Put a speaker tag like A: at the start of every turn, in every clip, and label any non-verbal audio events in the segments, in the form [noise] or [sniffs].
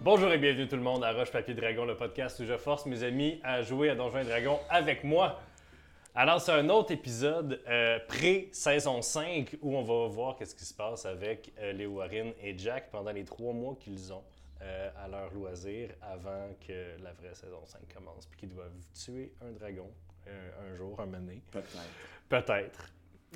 A: Bonjour et bienvenue tout le monde à Roche Papier Dragon, le podcast où je force mes amis à jouer à Donjons et Dragons avec moi. Alors, c'est un autre épisode euh, pré-saison 5 où on va voir qu'est-ce qui se passe avec euh, Léo Warren et Jack pendant les trois mois qu'ils ont euh, à leur loisir avant que la vraie saison 5 commence puis qu'ils doivent tuer un dragon euh, un, un jour, un mené.
B: Peut-être.
A: Peut-être.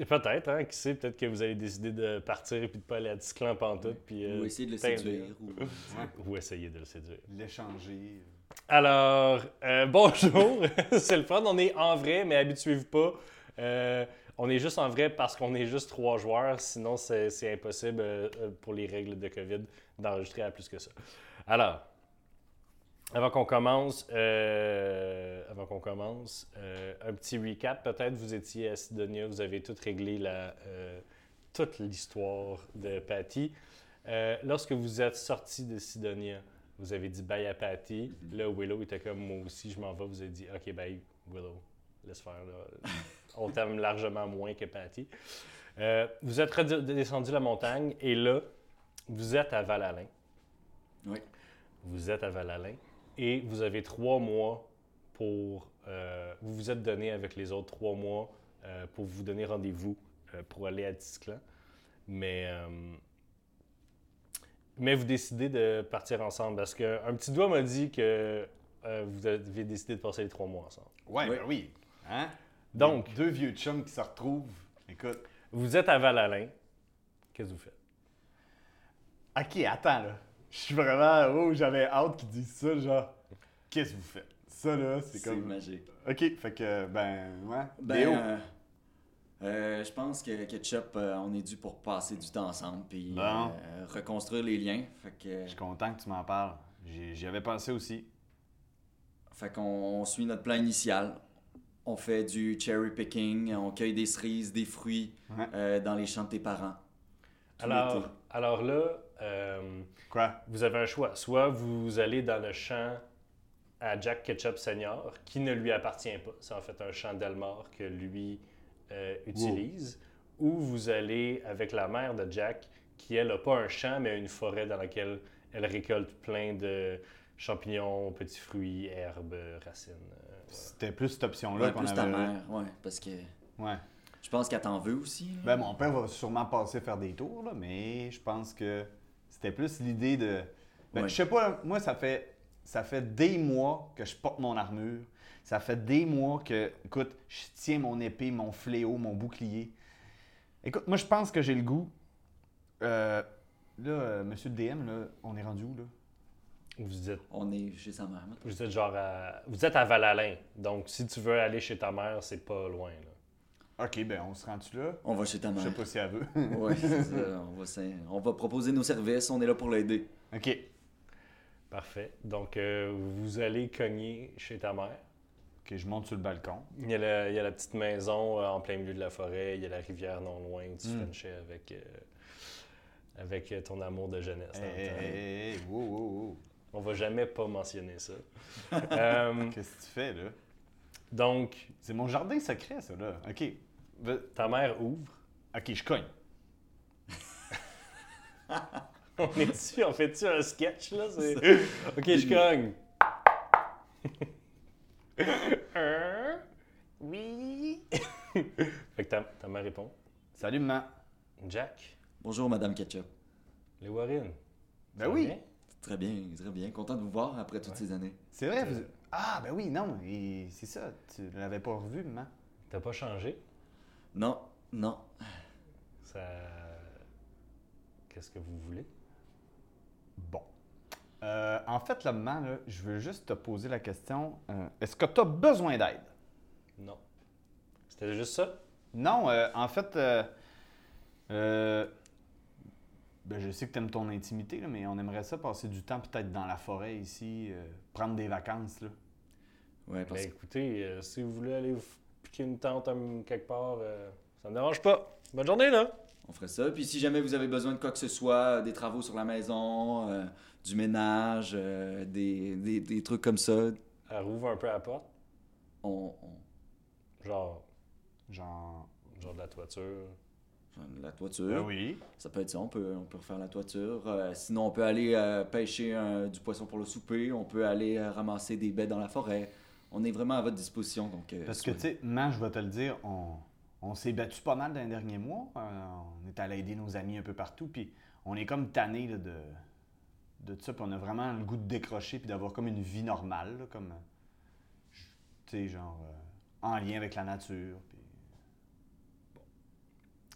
A: Peut-être, hein, qui sait, peut-être que vous allez décider de partir et puis de pas aller à Disclan pantoute. puis euh,
B: Ou essayer de le
A: teindre.
B: séduire. Ou...
A: [laughs] Ou essayer de le séduire.
C: l'échanger.
A: Alors, euh, [laughs] bonjour, c'est le fun, on est en vrai, mais habituez-vous pas. Euh, on est juste en vrai parce qu'on est juste trois joueurs, sinon c'est c'est impossible euh, euh, pour les règles de COVID d'enregistrer à plus que ça. Alors, avant qu'on commence, euh, avant qu'on commence, euh, un petit recap. Peut-être vous étiez à Sidonia, vous avez tout réglé la, euh, toute l'histoire de Patty. Euh, lorsque vous êtes sorti de Sidonia, vous avez dit bye à Patty. Là, Willow était comme moi aussi, je m'en vais. Vous avez dit OK, bye, Willow, laisse faire. Là. On t'aime largement moins que Patty. Euh, vous êtes redescendu la montagne et là, vous êtes à Val-Alain
B: Oui.
A: vous êtes à Val-Alain et vous avez trois mois pour. euh, vous vous êtes donné avec les autres trois mois euh, pour vous donner rendez-vous euh, pour aller à Tisclan. Mais, euh, mais vous décidez de partir ensemble parce qu'un petit doigt m'a dit que euh, vous avez décidé de passer les trois mois ensemble.
C: Ouais,
B: Oui.
C: ben oui. Hein?
A: Donc,
C: Deux vieux chums qui se retrouvent. Écoute.
A: vous êtes à Val-Alain. Qu'est-ce que vous faites?
C: Ok, attends là. Je suis vraiment. Oh, j'avais hâte qu'ils disent ça, genre. Qu'est-ce que vous faites? Ça là, c'est
B: C'est
C: comme.
B: magique.
C: Ok, fait que, ben, ouais.
B: Ben,
C: Léo.
B: euh, euh, je pense que Ketchup, euh, on est dû pour passer du temps ensemble puis
C: Bon.
B: euh, reconstruire les liens. Fait que,
C: Je suis content que tu m'en parles. J'y j'y avais pensé aussi.
B: fait qu'on on suit notre plan initial. On fait du cherry picking, on cueille des cerises, des fruits
C: Ouais.
B: euh, dans les champs de tes parents. Tout
A: Alors,
B: l'été.
A: alors là, euh,
C: Quoi?
A: vous avez un choix. Soit vous allez dans le champ à Jack Ketchup Senior, qui ne lui appartient pas. C'est en fait un champ d'Elmore que lui euh, utilise. Ou vous allez avec la mère de Jack, qui elle n'a pas un champ, mais une forêt dans laquelle elle récolte plein de champignons, petits fruits, herbes, racines. euh,
C: C'était plus cette option-là
B: Ouais,
C: qu'on
B: plus ta
C: avait.
B: mère, ouais, parce que
C: Ouais.
B: je pense qu'elle t'en veut aussi. hein. là.
C: Ben, mon père va sûrement passer faire des tours, là, mais je pense que c'était plus l'idée de. Ben,
B: Ouais.
C: Je sais pas, moi, ça fait, ça fait des mois que je porte mon armure. Ça fait des mois que, écoute, je tiens mon épée, mon fléau, mon bouclier. Écoute, moi, je pense que j'ai le goût. Euh, là, euh, monsieur le DM, là, on est rendu où, là?
A: Vous êtes,
B: On est chez sa mère. mettons.
A: vous êtes genre à, vous êtes à Val-Alain. Donc, si tu veux aller chez ta mère, c'est pas loin. là.
C: Ok, ben, on se rend-tu là?
B: On va chez ta
C: Je
B: mère.
C: sais pas si elle veut. [laughs]
B: Ouais, c'est ça. On va, s'in- on va proposer nos services, on est là pour l'aider.
C: ok.
A: Parfait. Donc, euh, vous allez cogner chez ta mère.
C: Ok, je monte sur le balcon.
A: Il y, a la, il y a la petite maison euh, en plein milieu de la forêt, il y a la rivière non loin où tu
C: Mm.
A: frenchais avec, euh, avec euh, ton amour de jeunesse. dans
C: Hey,
A: le
C: hey,
A: temps.
C: hey, hey, wow, wow, wow.
A: On va jamais pas mentionner
C: [laughs]
A: ça. Euh,
C: Qu'est-ce que tu fais, là?
A: donc,
C: C'est mon jardin secret, ça, là. OK. Ve-
A: ta mère ouvre. [laughs]
C: OK, je cogne.
A: On est-tu, on fait-tu un sketch
C: [laughs]
A: là? C'est- ok, je cogne. Un. Oui. Hein? fait que ta, ta mère répond.
C: Salut, maman.
A: Jack,
B: Bonjour, Madame Ketchup.
A: les Warren.
C: Ben oui.
B: Très bien, très bien. Content de vous voir après toutes ces années.
C: C'est vrai.
A: Euh,
C: vous- Ah, ben oui, non. et C'est ça. Tu l'avais pas revu, maman.
A: T'as pas changé?
B: Non, non.
A: Ça. Qu'est-ce que vous voulez?
C: Bon. Euh, en fait, là, maman, là, je veux juste te poser la question. euh, Est-ce que tu as besoin d'aide?
A: Non. C'était juste ça?
C: Non, euh, en fait, euh, euh, ben, je sais que tu aimes ton intimité, là, mais on aimerait ça passer du temps peut-être dans la forêt ici, euh, prendre des vacances. Là.
B: Ouais, parce
A: Ben écoutez, euh, si vous voulez aller vous piquer une tente hum, quelque part, euh, ça me dérange pas. Bonne journée, là!
B: qu'on ferait ça. Puis si jamais vous avez besoin de quoi que ce soit, euh, des travaux sur la maison, euh, du ménage, euh, des, des- des trucs comme ça,
A: Elle rouvre un peu la porte,
B: on, on-
A: genre,
C: Genre,
A: genre de la toiture.
B: La toiture.
C: Ben oui.
B: Ça peut être ça, on peut, on peut refaire la toiture. Euh, sinon, on peut aller euh, pêcher euh, du poisson pour le souper, on peut aller euh, ramasser des baies dans la forêt. On est vraiment à votre disposition. Donc, euh,
C: Parce que, tu
B: soyez-
C: sais, moi, je vais te le dire, on, on s'est battu pas mal dans les derniers mois. Euh, on est allé aider nos amis un peu partout, puis on est comme tanné là, de, de tout ça, puis on a vraiment le goût de décrocher, puis d'avoir comme une vie normale, là, comme, euh, tu sais, genre, euh, en lien avec la nature. puis-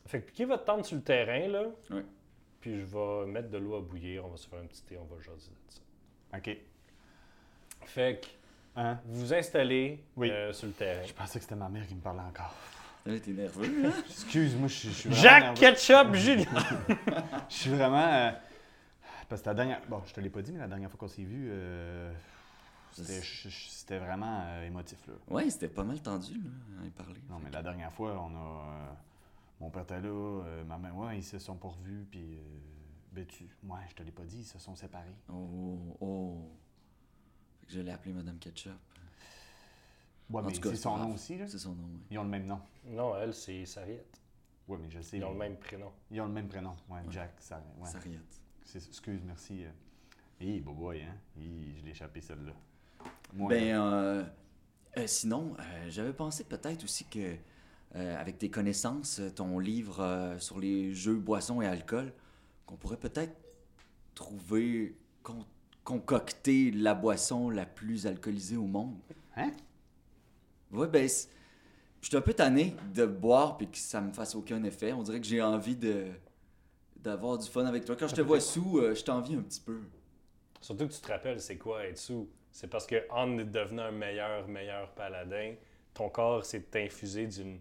A: Fait que piquez votre tente sur le terrain, là.
B: Ouais.
A: Puis je vais mettre de l'eau à bouillir, on va se faire un petit thé, on va jaser de ça.
C: OK.
A: Fait que
C: Hein?
A: vous vous installez
C: Oui.
A: euh, sur le terrain.
C: Je pensais que c'était ma mère qui me parlait encore.
B: Là, [laughs] t'es nerveux. hein?
C: Excuse-moi, je je suis vraiment
A: Jacques
C: nerveux.
A: Ketchup Julien!
C: Je suis vraiment... euh, Parce que la dernière... Bon, je te l'ai pas dit, mais la dernière fois qu'on s'est vu, euh, c'était je- je- c'était vraiment euh, émotif, là.
B: Ouais, c'était pas mal tendu, là, à y parler.
C: Non,
B: Fait
C: mais
B: que-
C: la dernière fois, on a. euh, mon père était là, euh, ma mère, ouais, ils se sont pas revus, puis. euh, ben, tu. Ouais, je te l'ai pas dit, ils se sont séparés.
B: Oh, oh. Fait que je l'ai appelé Madame Ketchup.
C: Ouais,
B: En
C: mais
B: tout cas,
C: c'est
B: c'est
C: son
B: pas
C: nom
B: grave.
C: aussi, là.
B: C'est son nom, ouais.
C: Ils ont le même nom.
A: Non, elle, c'est Sarriette.
C: Ouais, mais je sais.
A: Ils ont le
C: mais-
A: même prénom.
C: Ils ont le même prénom. Ouais, Jack, ça. Ouais.
B: Sarriette.
C: C'est- Excuse, merci. euh. Hi, beau boy, hein. Hi, je l'ai échappé, celle-là. Moi,
B: Ben, euh, euh, sinon, euh, j'avais pensé peut-être aussi que, euh, avec tes connaissances, euh, ton livre euh, sur les jeux, boissons et alcool, qu'on pourrait peut-être trouver, con- concocter la boisson la plus alcoolisée au monde.
C: Hein?
B: Ouais, ben, c'est- je suis un peu tanné de boire puis que ça me fasse aucun effet. On dirait que j'ai envie de d'avoir du fun avec toi. Quand je te vois sous, euh, je t'envie un petit peu.
A: Surtout que tu te rappelles, c'est quoi être sous? C'est parce que en devenant un meilleur, meilleur paladin, ton corps s'est infusé d'une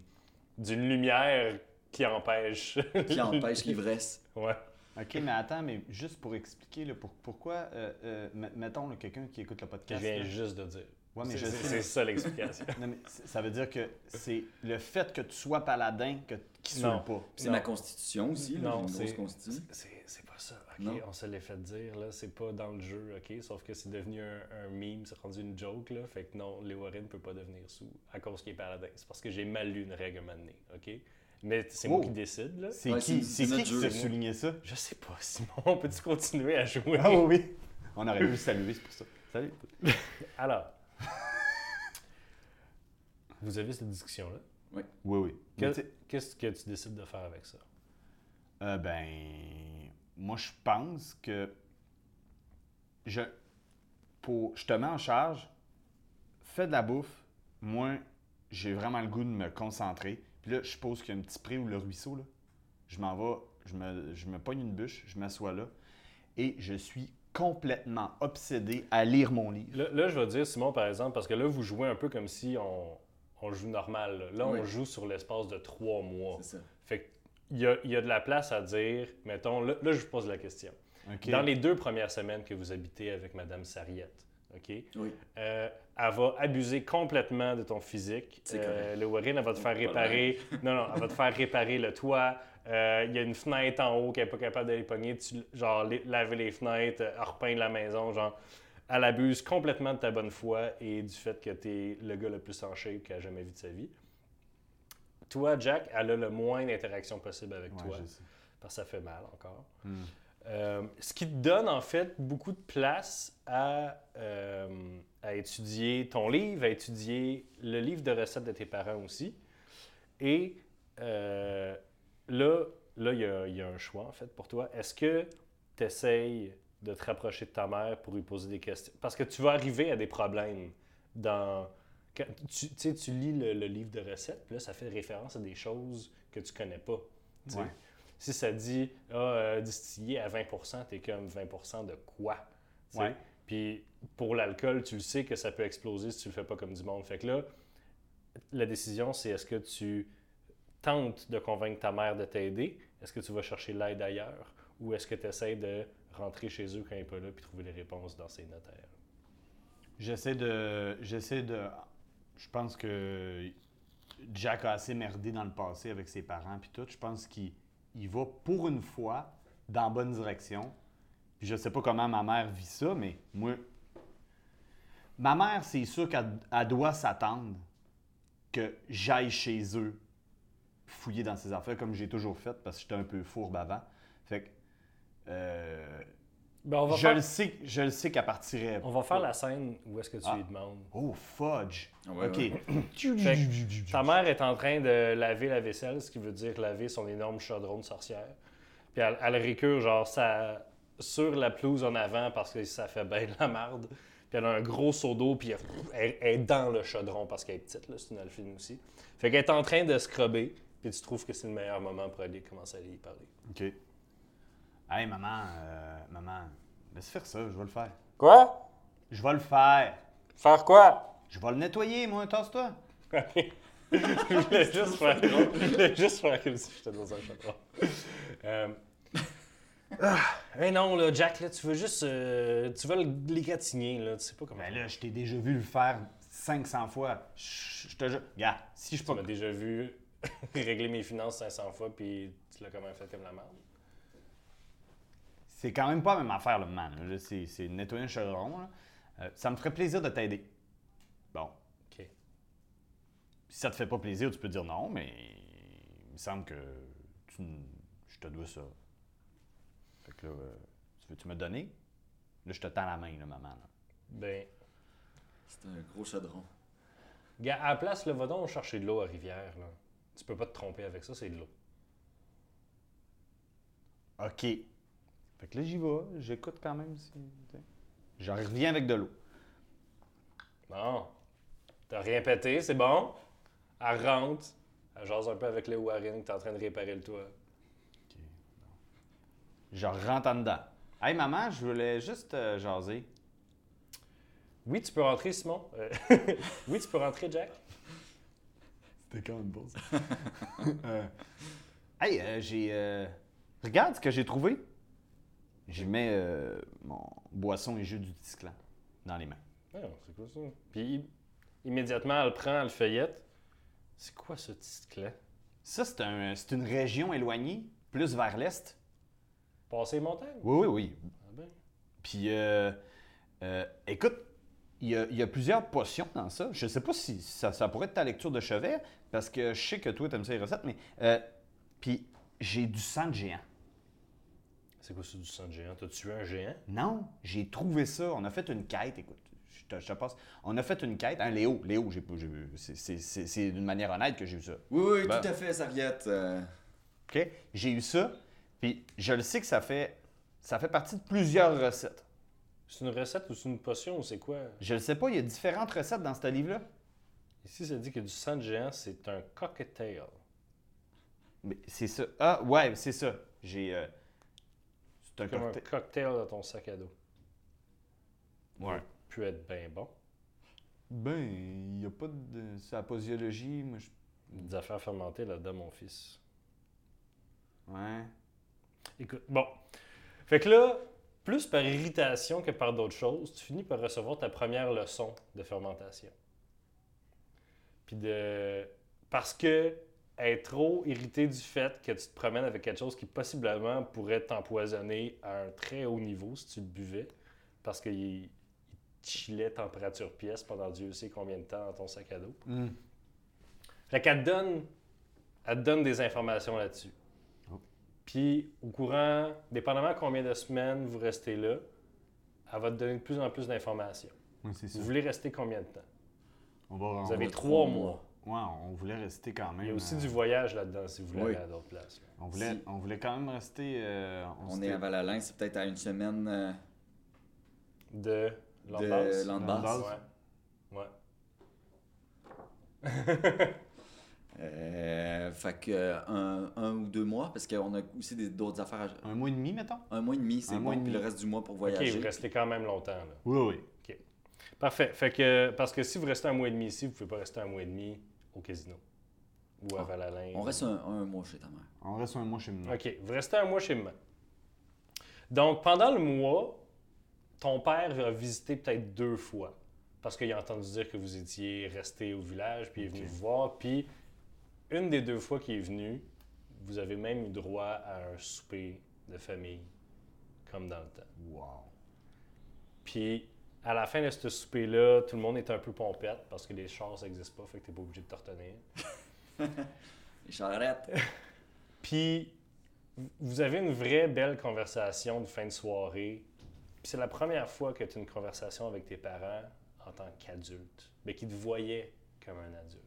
A: d'une lumière qui empêche.
B: Qui empêche l'ivresse.
A: [laughs] ouais.
C: Ok, mais attends, mais juste pour expliquer, là, pour, pourquoi. euh, euh, m- mettons, là, quelqu'un qui écoute le
A: Que je
C: podcast.
A: viens
C: là.
A: juste de dire.
C: Ouais, mais
A: C'est-
C: je
A: c'est
C: sais,
A: c'est ça l'explication.
C: Non, mais c- ça veut dire que c'est le fait que tu sois paladin que, qui
A: Non.
C: saoule pas.
B: C'est
A: Non.
B: ma constitution aussi, là.
A: Non, [laughs]
B: j'ai une
A: c'est-
B: grosse constitution.
A: C'est c'est pas ça. OK,
B: Hmm? Non.
A: on se l'est fait dire, là. C'est pas dans le jeu, OK? Sauf que c'est devenu un, un meme, c'est rendu une joke, là. Fait que non, Léo Warren peut pas devenir sous à cause qu'il est paladin. C'est parce que j'ai mal lu une règle à un moment donné, OK? Mais c'est
C: Oh.
A: moi qui décide, là.
C: C'est
B: Ouais,
C: qui,
B: c'est- c'est
C: c'est qui
B: notre
C: qui
B: jeu,
C: s'est
B: moi.
C: souligné ça?
A: Je sais pas, Simon. Peux-tu continuer à jouer?
C: Ah oui, oui. On aurait pu le saluer, c'est pour ça. Salut.
A: Alors. Vous avez cette discussion-là.
C: Oui, oui.
A: Que-
C: Mais tu sais,
A: Qu'est-ce que tu décides de faire avec ça?
C: euh, ben, moi, je pense que je, pour, je te mets en charge, fais de la bouffe. Moi, j'ai vraiment le goût de me concentrer. Puis là, je suppose qu'il y a un petit pré ou le ruisseau, là. Je m'en vais, je me, je me pogne une bûche, je m'assois là. Et je suis complètement obsédé à lire mon livre.
A: Là, là, je vais dire, Simon, par exemple, parce que là, vous jouez un peu comme si on, on joue normal. Là, Là, on
B: Oui.
A: joue sur l'espace de trois mois.
B: C'est ça.
A: Fait qu'il y a, il y a de la place à dire, mettons, là, là, je vous pose la question.
C: OK.
A: Dans les deux premières semaines que vous habitez avec Madame Sarriette, OK?
B: Oui.
A: Euh, elle va abuser complètement de ton physique.
B: C'est
A: Euh, le Warren, elle va te faire
B: Pas de
A: réparer. [laughs] Non, non, elle va te faire réparer le toit. Euh, Il y a une fenêtre en haut qu'elle n'est pas capable d'aller pogner. Tu, genre, les- laver les fenêtres, euh, repeindre la maison. Genre, elle abuse complètement de ta bonne foi et du fait que tu es le gars le plus en shape qu'elle a jamais vu de sa vie. Toi, Jack, elle a le moins d'interaction possible avec
C: Ouais,
A: toi
C: je sais.
A: parce que ça fait mal encore.
C: Hmm.
A: Euh, ce qui te donne en fait beaucoup de place à, euh, à étudier ton livre, à étudier le livre de recettes de tes parents aussi. Et euh, là, là, il y a- il y, a un choix en fait pour toi. Est-ce que tu essayes de te rapprocher de ta mère pour lui poser des questions? Parce que tu vas arriver à des problèmes dans. quand- tu, tu sais, tu lis le, le livre de recettes, puis là, ça fait référence à des choses que tu connais pas. tu sais.
C: Ouais.
A: Si ça dit ah, euh, distiller à 20 t'es comme 20 de quoi? Tu sais.
C: Ouais.
A: Puis pour l'alcool, tu le sais que ça peut exploser si tu le fais pas comme du monde. Fait que là, la décision, c'est est-ce que tu tentes de convaincre ta mère de t'aider? Est-ce que tu vas chercher l'aide ailleurs? Ou est-ce que tu essaies de rentrer chez eux quand il n'est pas là puis trouver les réponses dans ses notaires?
C: J'essaie de. J'essaie de. Je pense que Jack a assez merdé dans le passé avec ses parents puis tout. Je pense qu'il il va pour une fois dans la bonne direction. Puis je sais pas comment ma mère vit ça, mais moi. Ma mère, c'est sûr qu'elle elle doit s'attendre que j'aille chez eux fouiller dans ces affaires comme j'ai toujours fait parce que j'étais un peu fourbe avant. Fait que. euh,
A: Ben, on, va
C: je, le
A: faire,
C: sais, je le sais qu'elle partirait.
A: on va faire la scène où est-ce que tu
C: Ah.
A: lui demandes.
C: Oh, fudge!
B: Ah Ouais,
C: ok.
B: ouais.
A: Fait que ta mère est en train de laver la vaisselle, ce qui veut dire laver son énorme chaudron de sorcière. Puis elle, elle récure genre ça sur la pelouse en avant parce que ça fait bien de la marde. Puis elle a un gros seau d'eau, puis elle, elle- elle est dans le chaudron parce qu'elle est petite, là, c'est une alphine aussi. Fait qu'elle est en train de scrubber, puis tu trouves que c'est le meilleur moment pour aller commencer à y parler.
C: [clears throat] Ok. Hey, maman, euh, maman, laisse faire ça, je vais le faire.
A: Quoi?
C: Je vais le faire.
A: Faire quoi?
C: Je vais le nettoyer, moi, tasse-toi.
A: je [laughs] voulais juste faire, je voulais juste faire comme si j'étais dans un chaudron. Euh, ah, hey non, là, Jack, là, tu veux juste. euh, tu veux le- l'égratigner, là. Tu sais pas comment.
C: Ben là, je t'ai déjà vu le faire 500 fois. Je je te jure. Regarde, si je
A: tu
C: peux.
A: m'as déjà vu [laughs] régler mes finances 500 fois, puis tu l'as quand même fait comme la merde.
C: C'est quand même pas la même affaire, le man. là. C'est c'est nettoyer un chaudron. là. Euh, ça me ferait plaisir de t'aider. Bon,
A: OK.
C: si ça te fait pas plaisir, tu peux dire non, mais il me semble que tu n- je te dois ça. Fait que là, euh, tu veux-tu me donner? Là, je te tends la main, là, maman. là.
A: Ben,
B: C'est un gros chaudron.
A: gars, à la place, le va donc chercher de l'eau à rivière, là. Tu peux pas te tromper avec ça, c'est de l'eau.
C: OK. Fait que là, j'y vais. J'écoute quand même. Si... Je reviens avec de l'eau.
A: Bon. T'as rien pété, c'est bon. Elle rentre. Elle jase un peu avec les Warren que t'es en train de réparer le toit.
C: Je rentre en dedans. Hey, maman, je voulais juste euh, jaser.
A: Oui, tu peux rentrer, Simon. Euh, [laughs] oui, tu peux rentrer, Jack.
C: C'était quand même bon, ça. hey, euh, j'ai. euh, Regarde ce que j'ai trouvé. J'y mets euh, mon boisson et jus du disclan dans les mains.
A: Ah, c'est quoi ça? Puis i- immédiatement, elle prend, elle feuillette. C'est quoi ce petit clan?
C: Ça, c'est un- c'est une région éloignée, plus vers l'est.
A: Passer les montagnes?
C: Oui, oui, oui.
A: Ah ben.
C: Puis, euh, euh, écoute, il y, a- il y a plusieurs potions dans ça. Je sais pas si ça, ça pourrait être ta lecture de chevet, parce que je sais que toi, t'aimes ça les recettes, mais. euh, puis, j'ai du sang de géant.
A: C'est quoi ça du sang de géant? T'as tué un géant?
C: Non, j'ai trouvé ça. On a fait une quête, écoute. Je te, je te passe. On a fait une quête. Hein, Léo, Léo, j'ai pas. j'ai- c'est- c'est- C'est c'est d'une manière honnête que j'ai eu ça.
B: Oui, oui,
C: Ben.
B: tout à fait, Sarriette. Euh,
C: OK? J'ai eu ça. Puis je le sais que ça fait. Ça fait partie de plusieurs recettes.
A: C'est une recette ou c'est une potion ou c'est quoi?
C: Je le sais pas, il y a différentes recettes dans ce livre-là.
A: Ici, ça dit que du sang de géant, c'est un cocktail.
C: Mais c'est ça. Ah, ouais, c'est ça. J'ai. euh, C'est un
A: Comme un
C: cocktail.
A: cocktail dans ton sac à dos.
C: Ouais.
A: Peut être bien bon.
C: Ben, il n'y a pas de. C'est la posiologie. Moi, je
A: Des affaires fermentées là-dedans, mon fils.
C: Ouais.
A: Écoute, bon. Fait que là, plus par irritation que par d'autres choses, tu finis par recevoir ta première leçon de fermentation. Puis de. Parce que être trop irrité du fait que tu te promènes avec quelque chose qui possiblement pourrait t'empoisonner à un très haut niveau si tu le buvais, parce qu'il il te chillait température pièce pendant Dieu sait combien de temps dans ton sac à dos.
C: Hmm.
A: Fait qu'elle te donne, elle te donne des informations là-dessus.
C: Oh.
A: Puis, au courant, dépendamment combien de semaines vous restez là, elle va te donner de plus en plus d'informations.
C: Ouais, c'est ça.
A: Vous voulez rester combien de temps?
C: On va-
A: Vous
C: on
A: avez
C: va-
A: trois
B: trois
A: mois.
C: Ouais, on voulait rester quand même.
A: Il y a aussi
C: euh,
A: du voyage là-dedans si vous voulez
B: Oui.
A: aller à d'autres places. là.
C: On voulait,
B: Si.
C: on voulait quand même rester. euh,
B: on est
C: s'était-
B: à Valalin, c'est peut-être à une semaine. euh,
A: De l'ambiance.
B: l'ambiance.
C: Landbass.
A: Ouais. Ouais.
B: euh, fait que euh, un, un ou deux mois, parce qu'on a aussi des- d'autres affaires. à-
C: Un mois et demi, mettons.
B: Un mois et demi, c'est
C: Un mois et
B: bon, puis le
C: demi.
B: reste du mois pour
A: OK,
B: voyager.
A: vous restez quand même longtemps. Là.
C: Oui, oui.
A: Parfait. Fait que, parce que si vous restez un mois et demi ici, vous ne pouvez pas rester un mois et demi au casino ou à Val-Alain.
B: On reste un, un mois chez ta mère.
C: On reste un mois chez nous.
A: OK. Vous restez un mois chez maman. Donc, pendant le mois, ton père a visité peut-être deux fois. Parce qu'il a entendu dire que vous étiez resté au village, puis il est venu
C: Ok.
A: vous voir. Puis, une des deux fois qu'il est venu, vous avez même eu droit à un souper de famille, comme dans le temps.
C: Wow.
A: Puis, à la fin de ce souper-là, tout le monde est un peu pompette parce que les chars n'existent pas, fait que t'es pas obligé de te retenir.
B: Les charrettes.
A: Puis, vous avez une vraie belle conversation de fin de soirée. Puis c'est la première fois que tu as une conversation avec tes parents en tant qu'adulte, mais qui te voyaient comme un adulte.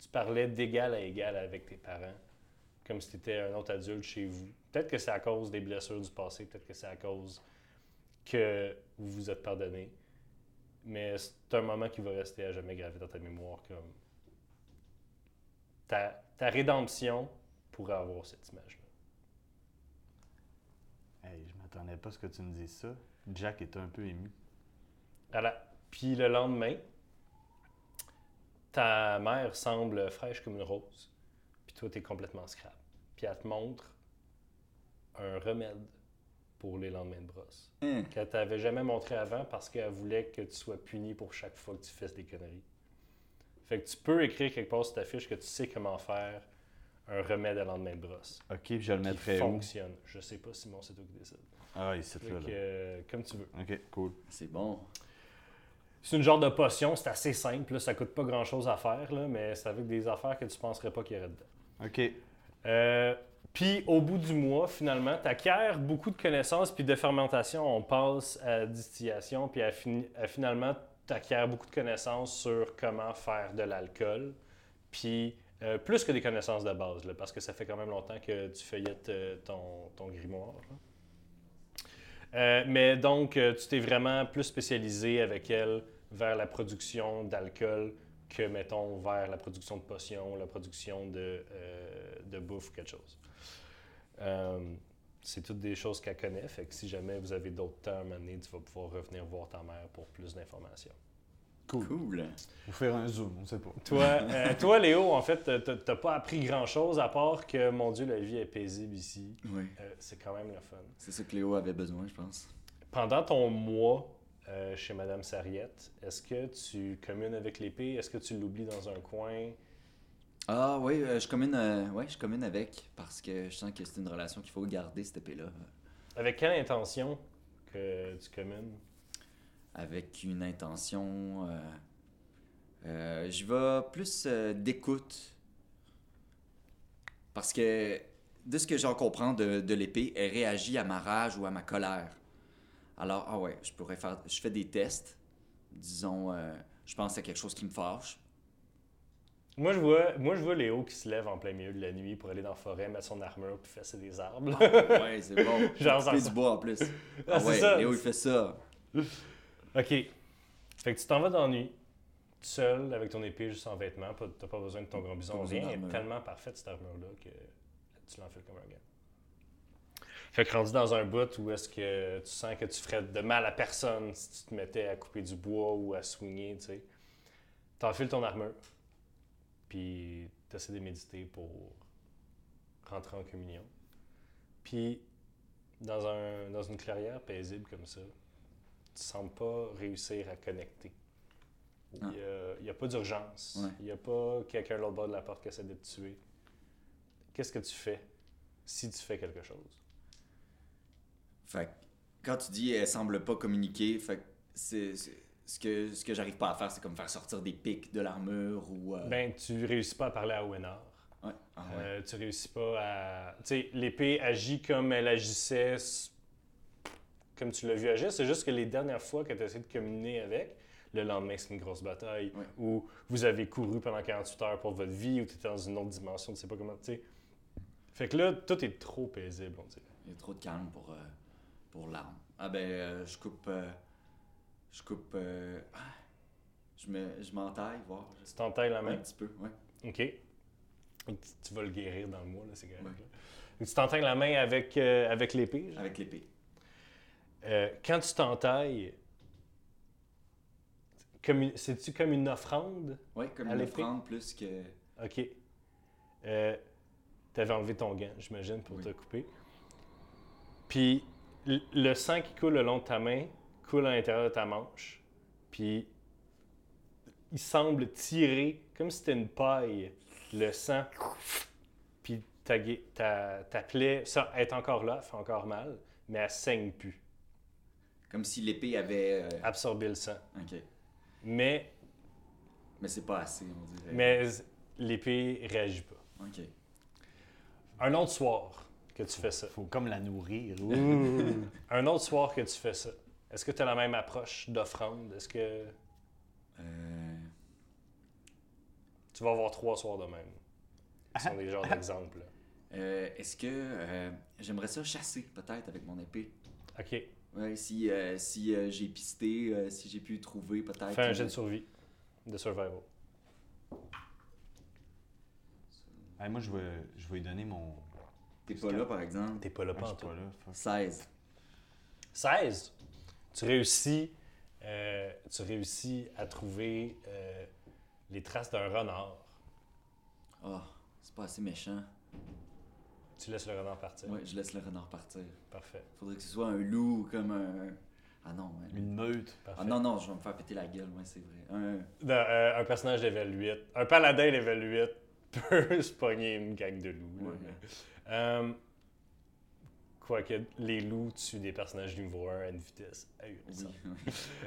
A: Tu parlais d'égal à égal avec tes parents, comme si tu étais un autre adulte chez vous. Peut-être que c'est à cause des blessures du passé, peut-être que c'est à cause que vous vous êtes pardonné, mais c'est un moment qui va rester à jamais gravé dans ta mémoire comme ta, ta rédemption pourrait avoir cette image-là.
C: Hey, je m'attendais pas à ce que tu me dises ça. Jack était un peu ému.
A: Voilà. Puis le lendemain, ta mère semble fraîche comme une rose. Puis toi, t'es complètement scrap. Puis elle te montre un remède pour les lendemains de brosse.
B: Hum.
A: Qu'elle t'avait jamais montré avant parce qu'elle voulait que tu sois puni pour chaque fois que tu fasses des conneries. Fait que tu peux écrire quelque part sur ta fiche que tu sais comment faire un remède à lendemain de brosse.
C: Ok, je le
A: Qui
C: mettrai où?
A: fonctionne. Je sais pas, Simon, c'est toi qui décide.
C: Ah, ici, là. là.
A: euh, comme tu veux.
C: Ok, cool.
B: C'est bon.
A: C'est une genre de potion, c'est assez simple, là, ça coûte pas grand chose à faire, là, mais c'est avec des affaires que tu penserais pas qu'il y aurait dedans.
C: Ok.
A: Euh, puis au bout du mois, finalement, tu acquiers beaucoup de connaissances, puis de fermentation, on passe à distillation, puis à fini- à finalement, tu acquiers beaucoup de connaissances sur comment faire de l'alcool, puis euh, plus que des connaissances de base, là, parce que ça fait quand même longtemps que tu feuillettes euh, ton, ton grimoire. là. Euh, mais donc, euh, tu t'es vraiment plus spécialisé avec elle vers la production d'alcool que, mettons, vers la production de potions, la production de, euh, de bouffe, quelque chose. Euh, c'est toutes des choses qu'elle connaît, fait que si jamais vous avez d'autres temps à mener, tu vas pouvoir revenir voir ta mère pour plus d'informations.
B: Cool.
C: Vous faire un zoom, on sait pas.
A: [laughs] Toi, euh, toi, Léo, en fait, t'as- t'as t'as pas appris grand-chose à part que, mon Dieu, la vie est paisible ici.
B: Oui.
A: Euh, c'est quand même le fun.
B: C'est ça que Léo avait besoin, je pense.
A: Pendant ton mois euh, chez Madame Sarriette, est-ce que tu communes avec l'épée? Est-ce que tu l'oublies dans un coin?
B: Ah oui, euh, je commune, euh, ouais, je commune avec parce que je sens que c'est une relation qu'il faut garder cette euh, épée là
A: Avec quelle intention que tu communes?
B: avec une intention. Euh, euh, J'y vais plus euh, d'écoute. Parce que, de ce que j'en comprends de, de l'épée, elle réagit à ma rage ou à ma colère. Alors, ah ouais, je pourrais faire. Je fais des tests. Disons, euh, je pense à quelque chose qui me fâche.
A: Moi je, vois, moi, je vois Léo qui se lève en plein milieu de la nuit pour aller dans la forêt, mettre son armure puis fesser des arbres. [laughs]
B: Ah, Ouais, c'est bon.
A: Genre,
B: Couper
A: ça-
B: du bois en plus.
A: Ah,
B: Ah
A: c'est
B: ouais,
A: ça.
B: Léo, il fait ça.
A: OK. Fait que tu t'en vas dans la nuit, tout seul, avec ton épée, juste en vêtements. pas- T'as pas besoin de ton grand bison,
B: Pas besoin
A: rien. Elle est
B: d'armure.
A: tellement parfaite, cette armure-là, que tu l'enfiles comme un gars. Fait que rendu dans un bout où est-ce que tu sens que tu ferais de mal à personne si tu te mettais à couper du bois ou à soigner, tu sais. T'enfiles ton armure, puis t'essaies de méditer pour rentrer en communion. Puis, dans, un, dans une clairière paisible comme ça, tu sembles pas réussir à connecter. Il
B: Ah.
A: n'y a, pas d'urgence.
B: Ouais.
A: Il n'y a pas quelqu'un l'autre bord de la porte qui essaie de te tuer. Qu'est-ce que tu fais si tu fais quelque chose?
B: Fait que, quand tu dis elle semble pas communiquer, fait que c'est c'est- ce que ce que j'arrive pas à faire, c'est comme faire sortir des pics de l'armure ou euh,
A: Ben, tu réussis pas à parler à Owenard.
B: ouais. Ah ouais.
A: Euh, tu réussis pas à. Tu sais, l'épée agit comme elle agissait, s- comme tu l'as vu agir. C'est juste que les dernières fois que tu essayé de communier avec, le lendemain, c'est une grosse bataille,
B: Ouais.
A: où vous avez couru pendant 48 heures pour votre vie, ou tu étais dans une autre dimension, tu sais pas comment. Tu sais. Fait que là, tout est trop paisible, on dirait.
B: Il y a trop de calme pour euh, pour l'arme. Ah ben euh, je coupe euh, je coupe euh, ah, je me je m'entaille voir
A: Tu t'entailles la main.
B: un petit peu, ouais.
A: OK. Et Tu, tu vas le guérir dans le mois, là, c'est correct.
B: Ouais.
A: là. Et Tu t'entailles la main avec, euh, avec l'épée. genre.
B: avec l'épée.
A: Euh, quand tu t'entailles, comme une- c'est-tu comme une offrande?
B: Ouais, comme
A: À
B: une
A: l'épée.
B: offrande plus que
A: OK. Euh, T'avais enlevé ton gant, j'imagine, pour
B: Oui.
A: te couper. Puis l- le sang qui coule le long de ta main coule à l'intérieur de ta manche. Puis il semble tirer, comme si c'était une paille, le sang. Puis ta, gui- ta, ta plaie ça, elle est encore là, elle fait encore mal, mais elle saigne plus.
B: comme si l'épée avait euh,
A: Absorber le sang.
B: OK.
A: Mais
B: Mais c'est pas assez, on dirait.
A: Mais l'épée réagit pas.
B: Ok.
A: Un autre soir que tu fais ça.
C: Faut comme la nourrir.
A: Un autre soir que tu fais ça. Est-ce que tu as la même approche d'offrande? Est-ce que
B: Euh,
A: tu vas avoir trois soirs de même? Ce sont des genres d'exemples.
B: euh, Est-ce que euh, j'aimerais ça chasser peut-être avec mon épée?
A: OK.
B: Ouais, si euh, si euh, j'ai pisté, euh, si j'ai pu trouver peut-être.
A: Fais un
B: euh,
A: jet de survie. De survival.
C: Hey, moi, je vais, je vais lui donner mon.
B: T'es pas là par exemple.
A: T'es pas là,
C: Ah, je suis
A: pantoute.
C: pas là, fuck.
B: 16.
A: 16. Tu réussis, euh, tu réussis à trouver euh, les traces d'un renard.
B: Oh, c'est pas assez méchant.
A: Tu laisses le renard partir.
B: Ouais, je laisse le renard partir.
A: Parfait.
B: Faudrait que ce soit un loup ou comme un. Ah non, un-
C: Une meute.
A: parfait.
B: Ah non, non, je vais me faire péter la gueule, ouais, c'est vrai. Un...
A: Dans, euh, un personnage level 8, un paladin level 8 [laughs] peut se pogner une gang de loups. là.
B: Ouais.
A: Euh, Quoique les loups tuent des personnages niveau 1 à une vitesse
B: [laughs] Oui.
A: ahurissante.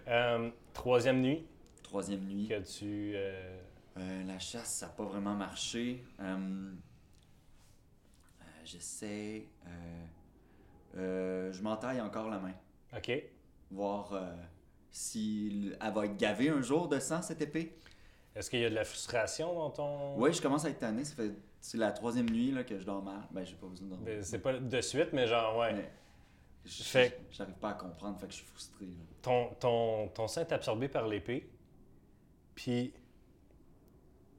A: Euh, troisième nuit
B: Troisième nuit.
A: que tu. euh,
B: Euh, la chasse, ça n'a pas vraiment marché. Euh, euh, J'essaie. euh, euh, je m'entaille encore la main.
A: Ok.
B: Voir euh, si l- elle va être gavée un jour de sang, cette épée.
A: Est-ce qu'il y a de la frustration dans ton.
B: Ouais, je commence à être tanné. ça fait- C'est la troisième nuit là, que je dors mal. Ben, j'ai pas besoin de dormir.
A: Ben, C'est pas de suite, mais genre, ouais.
B: Mais je-
A: Fait-
B: J'arrive pas à comprendre, fait que je suis frustré. là.
A: ton, ton, ton sein est absorbé par l'épée, puis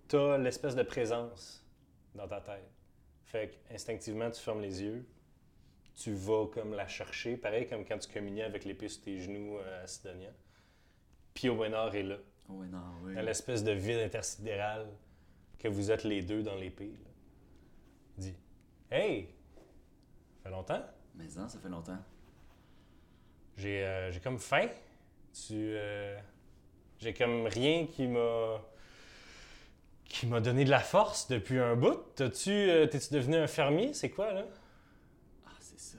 A: t'as l'espèce de présence dans ta tête. Fait que instinctivement, tu fermes les yeux, tu vas comme la chercher, pareil comme quand tu communiais avec l'épée sur tes genoux euh, à Sidonia. Puis Owenor est là,
B: Oh, ouais, non, oui.
A: dans l'espèce de vide intersidéral que vous êtes les deux dans l'épée. là. Il dit Hey, ça fait longtemps?
B: Mais non, ça fait longtemps.
A: J'ai euh, j'ai comme faim. Tu. euh, J'ai comme rien qui m'a. qui m'a donné de la force depuis un bout. T'as-tu. euh, T'es-tu devenu un fermier? C'est quoi, là?
B: Ah, c'est ça.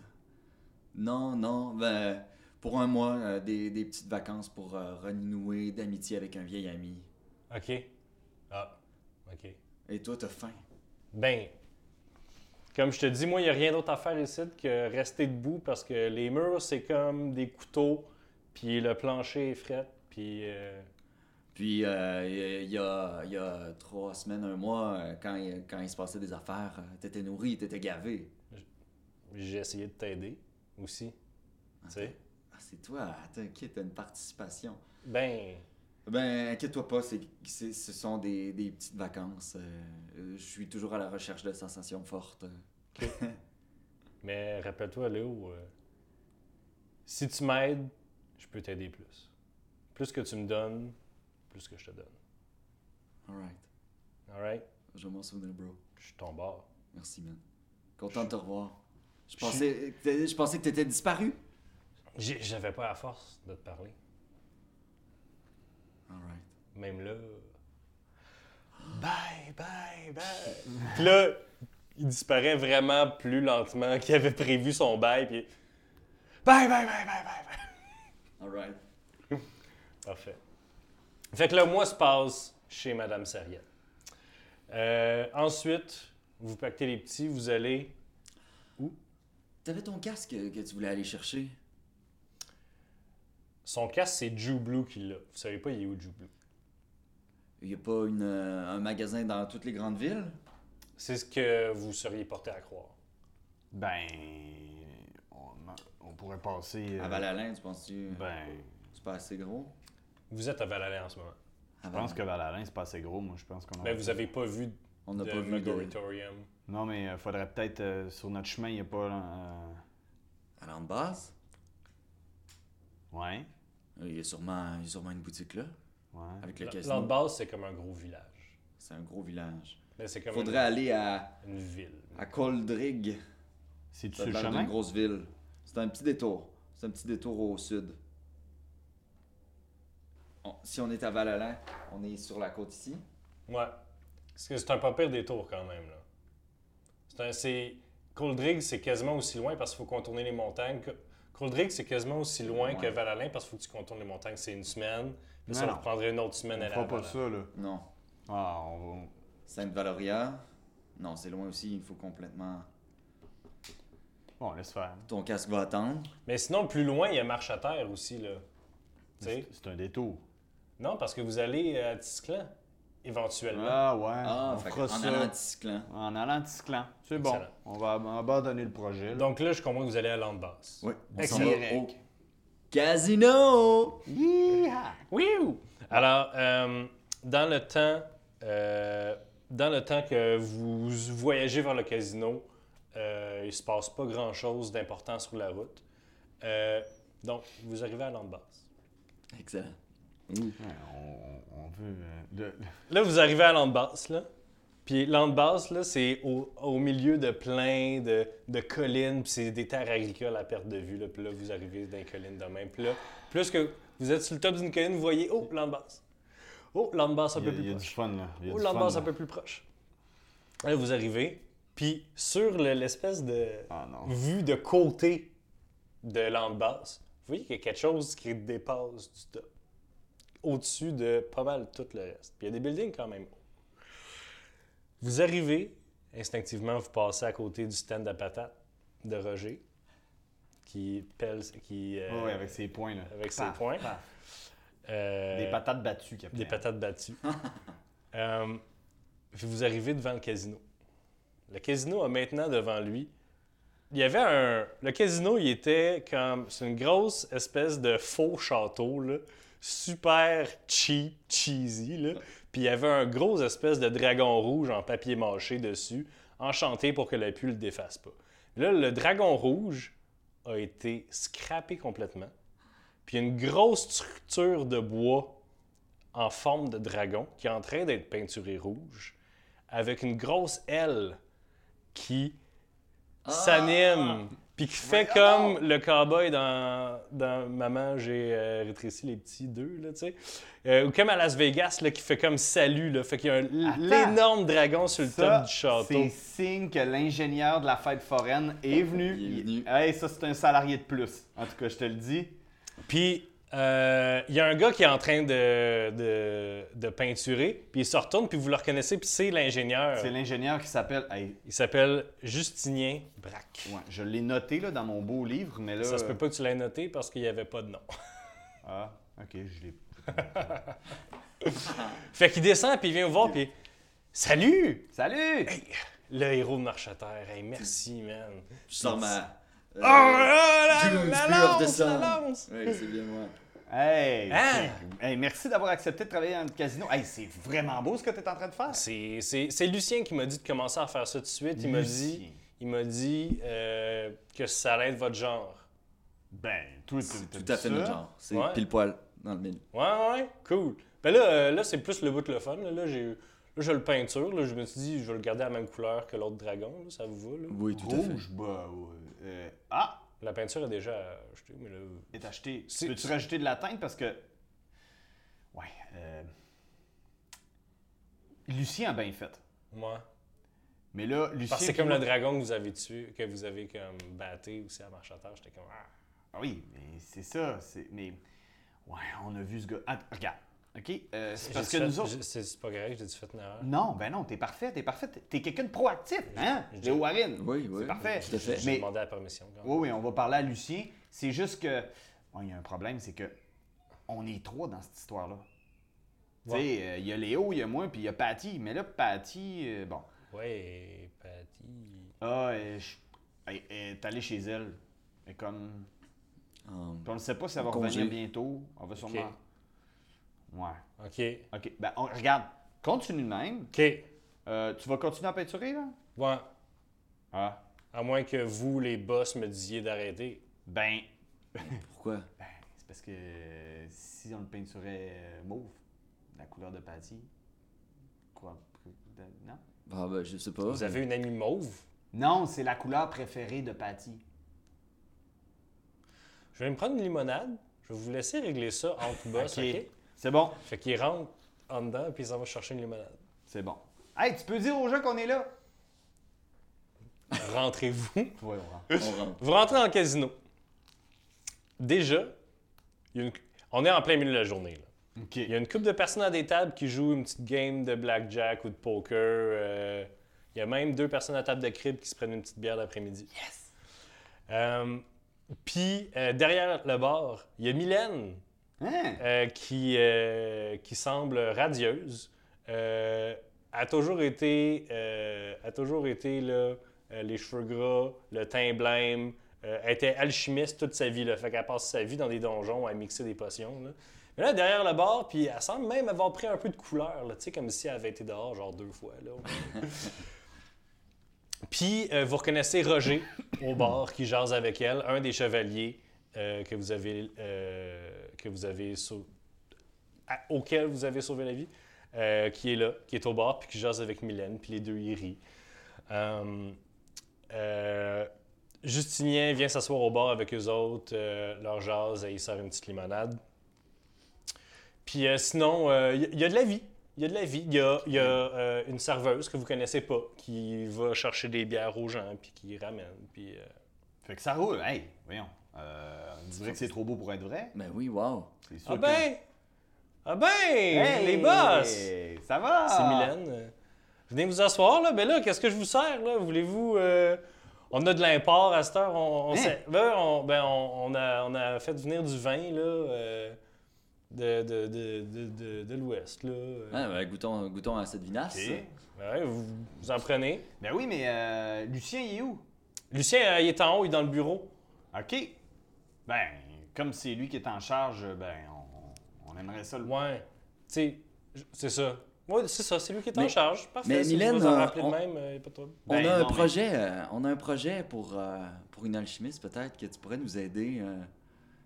B: Non, non, ben, pour un mois, euh, des, des petites vacances pour euh, renouer d'amitié avec un vieil ami.
A: Ok. Ah. Ok.
B: Et toi, t'as faim.
A: Ben. Comme je te dis, moi, il n'y a rien d'autre à faire ici que rester debout parce que les murs, c'est comme des couteaux, puis le plancher est fret, puis. euh,
B: Puis, euh, il y, a, il y a trois semaines, un mois, euh, quand, il- quand il se passait des affaires, euh, t'étais nourri, t'étais gavé.
A: j'ai essayé de t'aider aussi. Tu sais?
B: Ah, c'est toi, t'inquiète, t'as une participation.
A: Ben.
B: Ben, inquiète-toi pas, c'est, c'est- ce sont des, des petites vacances. euh, euh, je suis toujours à la recherche de sensations fortes.
A: Mais rappelle-toi, Léo, euh, si tu m'aides, je peux t'aider plus. Plus que tu me donnes, plus que je te donne.
B: Alright,
A: Alright?
B: je vais m'en souvenir, bro.
A: Je suis ton bord.
B: Merci, man. Content de te revoir. Je pensais, que je pensais que t'étais disparu.
A: J'ai- J'avais pas la force de te parler.
B: Alright.
A: Même là. Bye, bye, bye. Puis là, il disparaît vraiment plus lentement qu'il avait prévu son bail. Puis. Bye, bye, bye, bye, bye, bye.
B: Alright.
A: Parfait. Fait que là, moi, se passe chez Madame Sarriette. Euh, ensuite, vous pactez les petits, vous allez.
B: T'avais ton casque que tu voulais aller chercher.
A: Son casque, c'est Jew Blue qui l'a. Vous savez pas, il est où Jew Blue?
B: Y a pas une, euh, un magasin dans toutes les grandes villes?
A: C'est ce que vous seriez porté à croire.
C: Ben. On, on pourrait passer. euh,
B: À Val-Alain, tu penses-tu?
C: Ben.
B: C'est pas assez gros?
A: Vous êtes à Valalais en ce moment.
B: À
C: Je pense
B: Val-Alain.
C: que Valalain, c'est pas assez gros. Moi, je pense qu'on a.
A: Ben, vous avez pas vu
B: Ah, On
A: de
B: n'a pas vu de...
A: Mugoritorium.
C: Non, mais euh, faudrait peut-être. euh, sur notre chemin, il n'y a pas. euh,
B: À Landbass?
C: Ouais.
B: Euh, Il y, a sûrement, il y a sûrement une boutique là,
C: Ouais.
B: avec le
A: L-
B: casino.
A: Landbass, c'est comme un gros village.
B: C'est un gros village.
A: Ben, c'est comme
B: Faudrait aller à,
A: une, une ville.
B: à Coldrig.
C: C'est-tu
B: Ça
C: sur
B: a
C: le
B: l'air
C: chemin?
B: d'une grosse ville. C'est un petit détour. C'est un petit détour au sud. On- si on est à Val-Alain, on est sur la côte ici.
A: Ouais. Parce que c'est un pas pire détour quand même. là. C'est un. C'est. Coldrig, c'est quasiment aussi loin parce qu'il faut contourner les montagnes. que- Coldrig, c'est quasiment aussi loin que
B: Ouais.
A: Valalain parce qu'il faut que tu contournes les montagnes. C'est une semaine. Puis ça
C: Non, non.
A: reprendrait une autre
C: On
A: semaine à
C: fera
A: la
C: pas ça, là.
B: Non.
C: Ah, on va.
B: Sainte-Valoria, Non, c'est loin aussi, il faut complètement.
C: Bon, laisse faire.
B: Ton casque va attendre.
A: Mais sinon, plus loin, il y a marche à terre aussi, là. Tu sais?
C: C'est c'est un détour.
A: Non, parce que vous allez à Tisclan, éventuellement.
C: Ah ouais,
B: Ah,
C: on
B: fait
C: fera
B: en
C: ça.
B: allant anticyclant.
C: En allant Tisclan. C'est bon.
A: Excellent.
C: On va ab- abandonner le projet. là.
A: Donc là, je comprends que vous allez à l'ambasse.
B: Oui, on s'en
A: Excellent.
B: va au casino!
C: Yeeha!
A: Oui. Alors, euh, dans le temps, euh, dans le temps que vous voyagez vers le casino, euh, il se passe pas grand chose d'important sur la route. Euh, donc, vous arrivez à l'ambasse.
B: Excellent.
C: Ouais, on, on veut. euh, de-
A: Là, vous arrivez à l'ambasse, là. Puis l'ambasse, là, c'est au, au milieu de plein de, de collines, puis c'est des terres agricoles à perte de vue, là. Puis là, vous arrivez dans les collines de même. Puis là, plus que vous êtes sur le top d'une colline, vous voyez, oh, l'ambasse. Oh, l'ambasse un
C: Il y a,
A: peu
C: il y
A: plus
C: a
A: proche.
C: du fun là. Il y a
A: Au
C: du
A: lendemain,
C: fun, hein.
A: c'est un
C: là.
A: peu plus proche. Là, vous arrivez, puis sur le- l'espèce de
C: Ah non.
A: vue de côté de l'ambasse, vous voyez qu'il y a quelque chose qui dépasse du top. Au-dessus de pas mal tout le reste. Puis il y a des buildings quand même. hauts. Vous arrivez, instinctivement, vous passez à côté du stand à patates de Roger, qui pèle, qui... euh,
C: Ouais, ouais, avec ses points là.
A: avec ses
C: Paf,
A: points.
C: paf.
A: euh,
C: Des patates battues, capitaine.
A: des patates battues. Euh, puis vous arrivez devant le casino. Le casino a maintenant devant lui. Il y avait un. Le casino, il était comme. C'est une grosse espèce de faux château, là. Super cheap, cheesy, là. Puis il y avait un gros espèce de dragon rouge en papier mâché dessus, enchanté pour que la pluie le défasse pas. Là, le dragon rouge a été scrappé complètement. Puis il y a une grosse structure de bois en forme de dragon qui est en train d'être peinturé rouge avec une grosse aile qui
C: Ah!
A: s'anime puis qui fait comme le cowboy dans, dans Maman, j'ai euh, rétréci les petits deux, là, tu sais. Euh, ou comme à Las Vegas, là, qui fait comme salut, là. Fait qu'il y a un-
C: Attends.
A: l'énorme dragon sur le
C: Ça,
A: top du château.
C: C'est signe que l'ingénieur de la fête foraine est venu.
B: Il est venu.
C: Hey, ça, c'est un salarié de plus. En tout cas, je te le dis.
A: Puis euh, il y a un gars qui est en train de, de, de peinturer, puis il se retourne, puis vous le reconnaissez, puis c'est l'ingénieur.
C: C'est l'ingénieur qui s'appelle. Hey,
A: Il s'appelle Justinien Braque.
C: ouais, je l'ai noté là, dans mon beau livre, mais là.
A: Ça se peut pas que tu l'aies noté parce qu'il n'y avait pas de nom. [laughs]
C: Ah, ok, je l'ai.
A: Fait qu'il descend, puis il vient vous voir, puis Salut!
C: Salut!
A: Hey, le héros de marche à terre. Hey, merci, man.
B: Je sors ma. euh,
A: Oh,
C: Ah,
A: là,
B: June
A: la
B: Spear of
A: lance,
B: the
A: la
B: Sun.
A: lance.
B: Ouais, c'est bien moi.
C: Hey!
A: Hein?
C: c'est- hey, merci d'avoir accepté de travailler dans le casino. Hey, c'est vraiment beau ce que tu es en train de faire.
A: C'est c'est- c'est Lucien qui m'a dit de commencer à faire ça tout de suite. Il m'a
C: Lucien.
A: dit, il m'a dit euh, que ça allait être votre genre.
C: Ben, toi, tu t'as
B: Tout à
C: dit
B: fait
C: ça.
B: notre genre. C'est
A: Ouais.
B: pile poil dans le mille.
A: Ouais, ouais, cool. Ben là, euh, là c'est plus le bout de le fun. Là, Là, j'ai là, je le peinture. Là, je me suis dit, je vais le garder à la même couleur que l'autre dragon. là, ça vous va? Là.
B: Oui, tout à fait.
C: Rouge, bah. ouais. Euh, ah!
A: La peinture est déjà achetée, mais là.
C: Est acheté.
A: C'est-
C: Peux-tu rajouter de la teinte parce que. Ouais. euh, Lucien a bien fait.
A: Moi.
C: Mais là, Lucien.
A: Parce que c'est
C: puis
A: comme
C: moi-
A: le dragon que vous avez tué, que vous avez comme batté aussi à marche à terre. J'étais comme. Ah.
C: Ah Oui, mais c'est ça. c'est- Mais. Ouais, on a vu ce gars. Ah, regarde. OK? euh, c'est parce que
A: J'ai fait-
C: nous autres.
A: j'ai- C'est c'est pas correct, j'ai dû faire une erreur.
C: Non, ben non, t'es parfait, t'es parfait. T'es quelqu'un de proactif, hein?
A: je-
C: Léo Warren.
B: Oui, oui.
C: C'est parfait.
B: Tout à fait.
A: J'ai
C: Mais-
A: demandé la permission. quand même.
C: Oui, oui, on va parler à Lucien. C'est juste que. bon, il y a un problème, c'est que. On est trois dans cette histoire-là. Tu
A: Ouais.
C: sais, euh, il y a Léo, il y a moi, puis il y a Patty. Mais là, Patty, euh, bon.
A: Ouais, Patty.
C: Ah, elle, je- elle- elle est allée chez elle. Et comme.
B: Hum,
C: puis on ne sait pas si elle va
B: Congé.
C: revenir bientôt. On va sûrement. Ouais.
A: Ok.
C: OK. Ben, on- regarde. Continue de même.
A: Ok. Ouais.
C: Euh, tu vas continuer à peinturer, là? Ah.
A: À moins que vous, les boss, me disiez d'arrêter.
C: Ben,
B: pourquoi?
C: ben, c'est parce que euh, si on le peinturait euh, mauve, la couleur de Patty. Quoi? de- Non?
B: Bah, bah, je sais pas.
A: Vous avez une amie mauve?
C: Non, c'est la couleur préférée de Patty.
A: Je vais me prendre une limonade. Je vais vous laisser régler ça entre boss, OK?
C: C'est bon.
A: Fait qu'il rentre en dedans, puis il s'en va chercher une limonade.
C: C'est bon. Hey, tu peux dire aux gens qu'on est là?
A: Rentrez-vous. [laughs]
C: Oui, on rentre.
B: On rentre.
A: Vous rentrez dans le casino. Déjà, il y a une- on est en plein milieu de la journée. là.
C: OK.
A: Il y a une couple de personnes à des tables qui jouent une petite game de blackjack ou de poker. euh, Il y a même deux personnes à table de crib qui se prennent une petite bière l'après-midi. Yes! Puis, euh, derrière le bar, il y a Mylène
C: Hein?
A: euh, qui, euh, qui semble radieuse, euh, a toujours été, euh, a toujours été là, euh, les cheveux gras, le teint blême. euh, elle était alchimiste toute sa vie. Là, fait qu'elle passe sa vie dans des donjons à mixer des potions. là. Mais là, derrière le bar, puis elle semble même avoir pris un peu de couleur, là, tu sais, comme si elle avait été dehors genre deux fois. Là, au moins. puis euh, vous reconnaissez Roger au bar qui jase avec elle, un des chevaliers euh, que vous avez euh, que vous avez sau- à- auquel vous avez sauvé la vie, euh, qui est là, qui est au bar, puis qui jase avec Mylène, puis les deux ils rient. Euh, euh, Justinien vient s'asseoir au bar avec eux autres, euh, leur jase et il sort une petite limonade. Puis euh, sinon, il y, a de la vie. Il y a de la vie. Il y a, y a, euh, une serveuse que vous connaissez pas qui va chercher des bières aux gens puis qui ramène. Puis, euh,
C: Fait que ça roule. Hey, voyons. Euh, on dirait que c'est trop beau pour être vrai.
B: Ben oui, wow.
C: C'est sûr
A: Ah
C: que-
A: ben! Ah ben!
C: Hey,
A: Les boss!
C: Ça va!
A: C'est Mylène. Euh, Venez vous asseoir, là. Ben là, qu'est-ce que je vous sers, là? Voulez-vous... euh, On a de l'import à cette heure. On, on
C: Hein?
A: s'est- ben, on, ben, on- on a, on a fait venir du vin, là, euh, de, de, de, de, de- de l'Ouest, là. Euh,
B: Ah, ben, goûtons, goûtons à cette vinasse.
C: Ok.
A: ouais, vous, vous en prenez.
C: Ben oui, mais euh, Lucien, il est où?
A: Lucien, euh, il est en haut, il est dans le bureau.
C: OK. Ben, comme c'est lui qui est en charge, ben, on, on aimerait ça le
A: Ouais. Tu sais, j- c'est ça. Ouais, c'est ça, c'est lui qui est en
B: Mais-
A: charge. Parfait,
B: mais
A: si
B: Mylène,
A: vous vous en
B: euh,
A: rappelez
B: on-
A: de même, euh, y a pas de problème.
B: On,
C: Ben,
B: a un
C: non, mais-
B: projet, euh, on a un projet pour, euh, pour une alchimiste, peut-être, que tu pourrais nous aider. euh.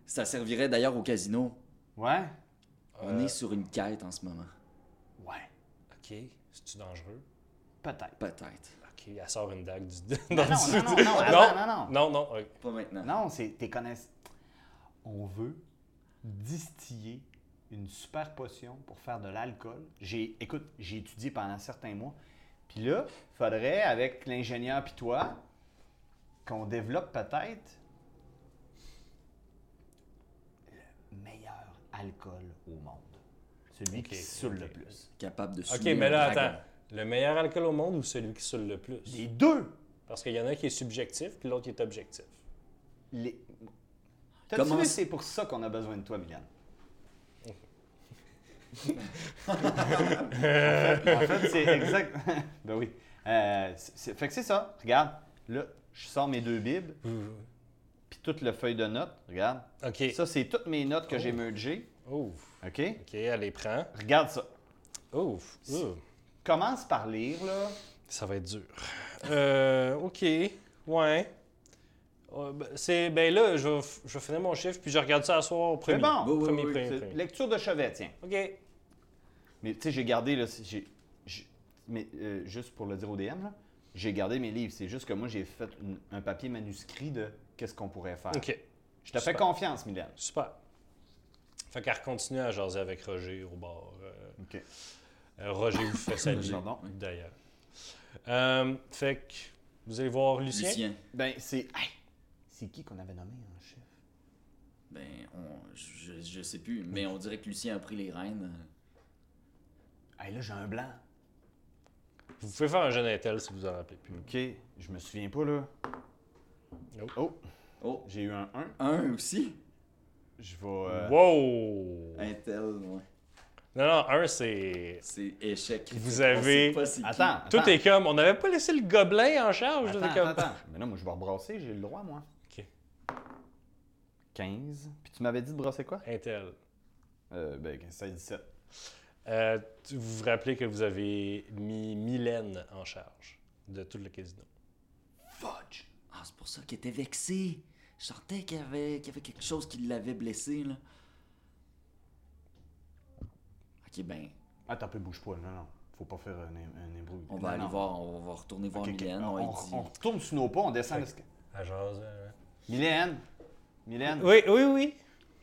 B: Ça servirait d'ailleurs au casino.
C: Ouais?
B: On
A: Euh,
B: est sur une quête en ce moment.
C: Ouais.
A: OK, c'est-tu dangereux?
C: Peut-être.
B: Peut-être.
A: OK, elle sort une dague du... [laughs] dans
C: Non, non,
A: du-
C: non, non, non, attends, non, non.
A: Non, non, ok.
B: Pas maintenant.
C: Non, c'est. T'es connaiss... On veut distiller une super potion pour faire de l'alcool. J'ai, écoute, j'ai étudié pendant certains mois. Puis là, faudrait, avec l'ingénieur puis toi, qu'on développe peut-être le meilleur alcool au monde. Celui
A: Ok,
C: qui saoule le
A: ok.
C: plus.
B: Capable de
A: OK,
B: soulever
A: mais
B: un
A: là,
B: dragon.
A: attends. Le meilleur alcool au monde ou celui qui saoule le plus?
C: Les deux!
A: Parce qu'il y en a un qui est subjectif, puis l'autre qui est objectif.
C: Les... T'as-tu
B: Comment
C: vu,
B: c-
C: c'est pour ça qu'on a besoin de toi, Milan. en fait, en fait, c'est exact. [laughs] ben oui. Euh, c'est- c'est- Fait que c'est ça. Regarde, là, je sors mes deux bibles, puis toute la feuille de notes. Regarde.
A: OK.
C: Ça, c'est toutes mes notes que j'ai
A: Oh.
C: mergées.
A: Ouf.
C: OK?
A: OK, elle les prend.
C: Regarde ça.
A: Ouf. Ouh.
C: Commence par lire, là.
A: Ça va être dur. Euh, OK. Ouais. Euh, ben, c'est... Ben là, je vais, f- je vais finir mon chiffre, puis je regarde ça à soir au
C: C'est
A: premier.
C: bon.
B: Oui, oui,
A: Premier,
B: oui,
A: premier,
C: C'est-
A: premier.
C: Lecture de chevet, tiens.
A: OK.
C: Mais tu sais, j'ai gardé, là, c'est- j'ai, j'ai- mais, euh, juste pour le dire au DM, là, j'ai gardé mes livres. C'est juste que moi, j'ai fait une- un papier manuscrit de qu'est-ce qu'on pourrait faire.
A: OK.
C: Je te fais
A: Super.
C: confiance, Mylène.
A: Super. Fait qu'elle continue à jaser avec Roger au bord.
C: OK.
A: Roger vous fait saluer,
C: Pardon.
A: d'ailleurs. Euh, fait que vous allez voir Lucien.
B: Lucien.
C: Ben, c'est. hey, c'est qui qu'on avait nommé en chef?
B: Ben, on- je, je sais plus, mais on dirait que Lucien a pris les rênes.
C: Hey, là, j'ai un blanc.
A: Vous pouvez faire un jeune intel si vous en rappelez plus.
C: OK. Je me souviens pas, là.
A: Nope.
C: Oh,
B: Oh,
C: j'ai eu un 1.
B: un aussi?
C: Je vais. euh,
A: Wow!
B: Un tel, ouais.
A: Non, non, un, c'est.
B: C'est échec.
A: Vous
B: On sait
A: avez-
B: pas c'est qui.
C: Attends.
A: Tout
C: attends,
A: est comme. On n'avait pas laissé le gobelin en charge.
C: Attends,
A: là, c'est comme-
C: attends, attends. Mais non, moi, je vais rebrasser. J'ai le droit, moi.
A: OK.
C: 15. Puis tu m'avais dit de brasser quoi?
A: Intel.
C: Euh, ben, 15, 16, 17.
A: Euh, tu- vous vous rappelez que vous avez mis Mylène en charge de tout le casino.
C: Fudge!
B: Ah, c'est pour ça qu'il était vexé. Je sentais qu'il y avait, qu'il y avait quelque chose qui l'avait blessé, là. Ok, ben,
C: Attends, un peu, bouge pas. Non, non. Faut pas faire un, un embrouille.
B: on va
C: Non,
B: aller
C: non.
B: voir, on va retourner voir
C: Ok, ok.
B: Mylène.
C: On,
B: on va lui
C: on-
B: dire.
C: on retourne sur nos pas, on descend. l'esca-
A: À jase. hein.
C: Mylène! Mylène,
A: Oui, oui, oui.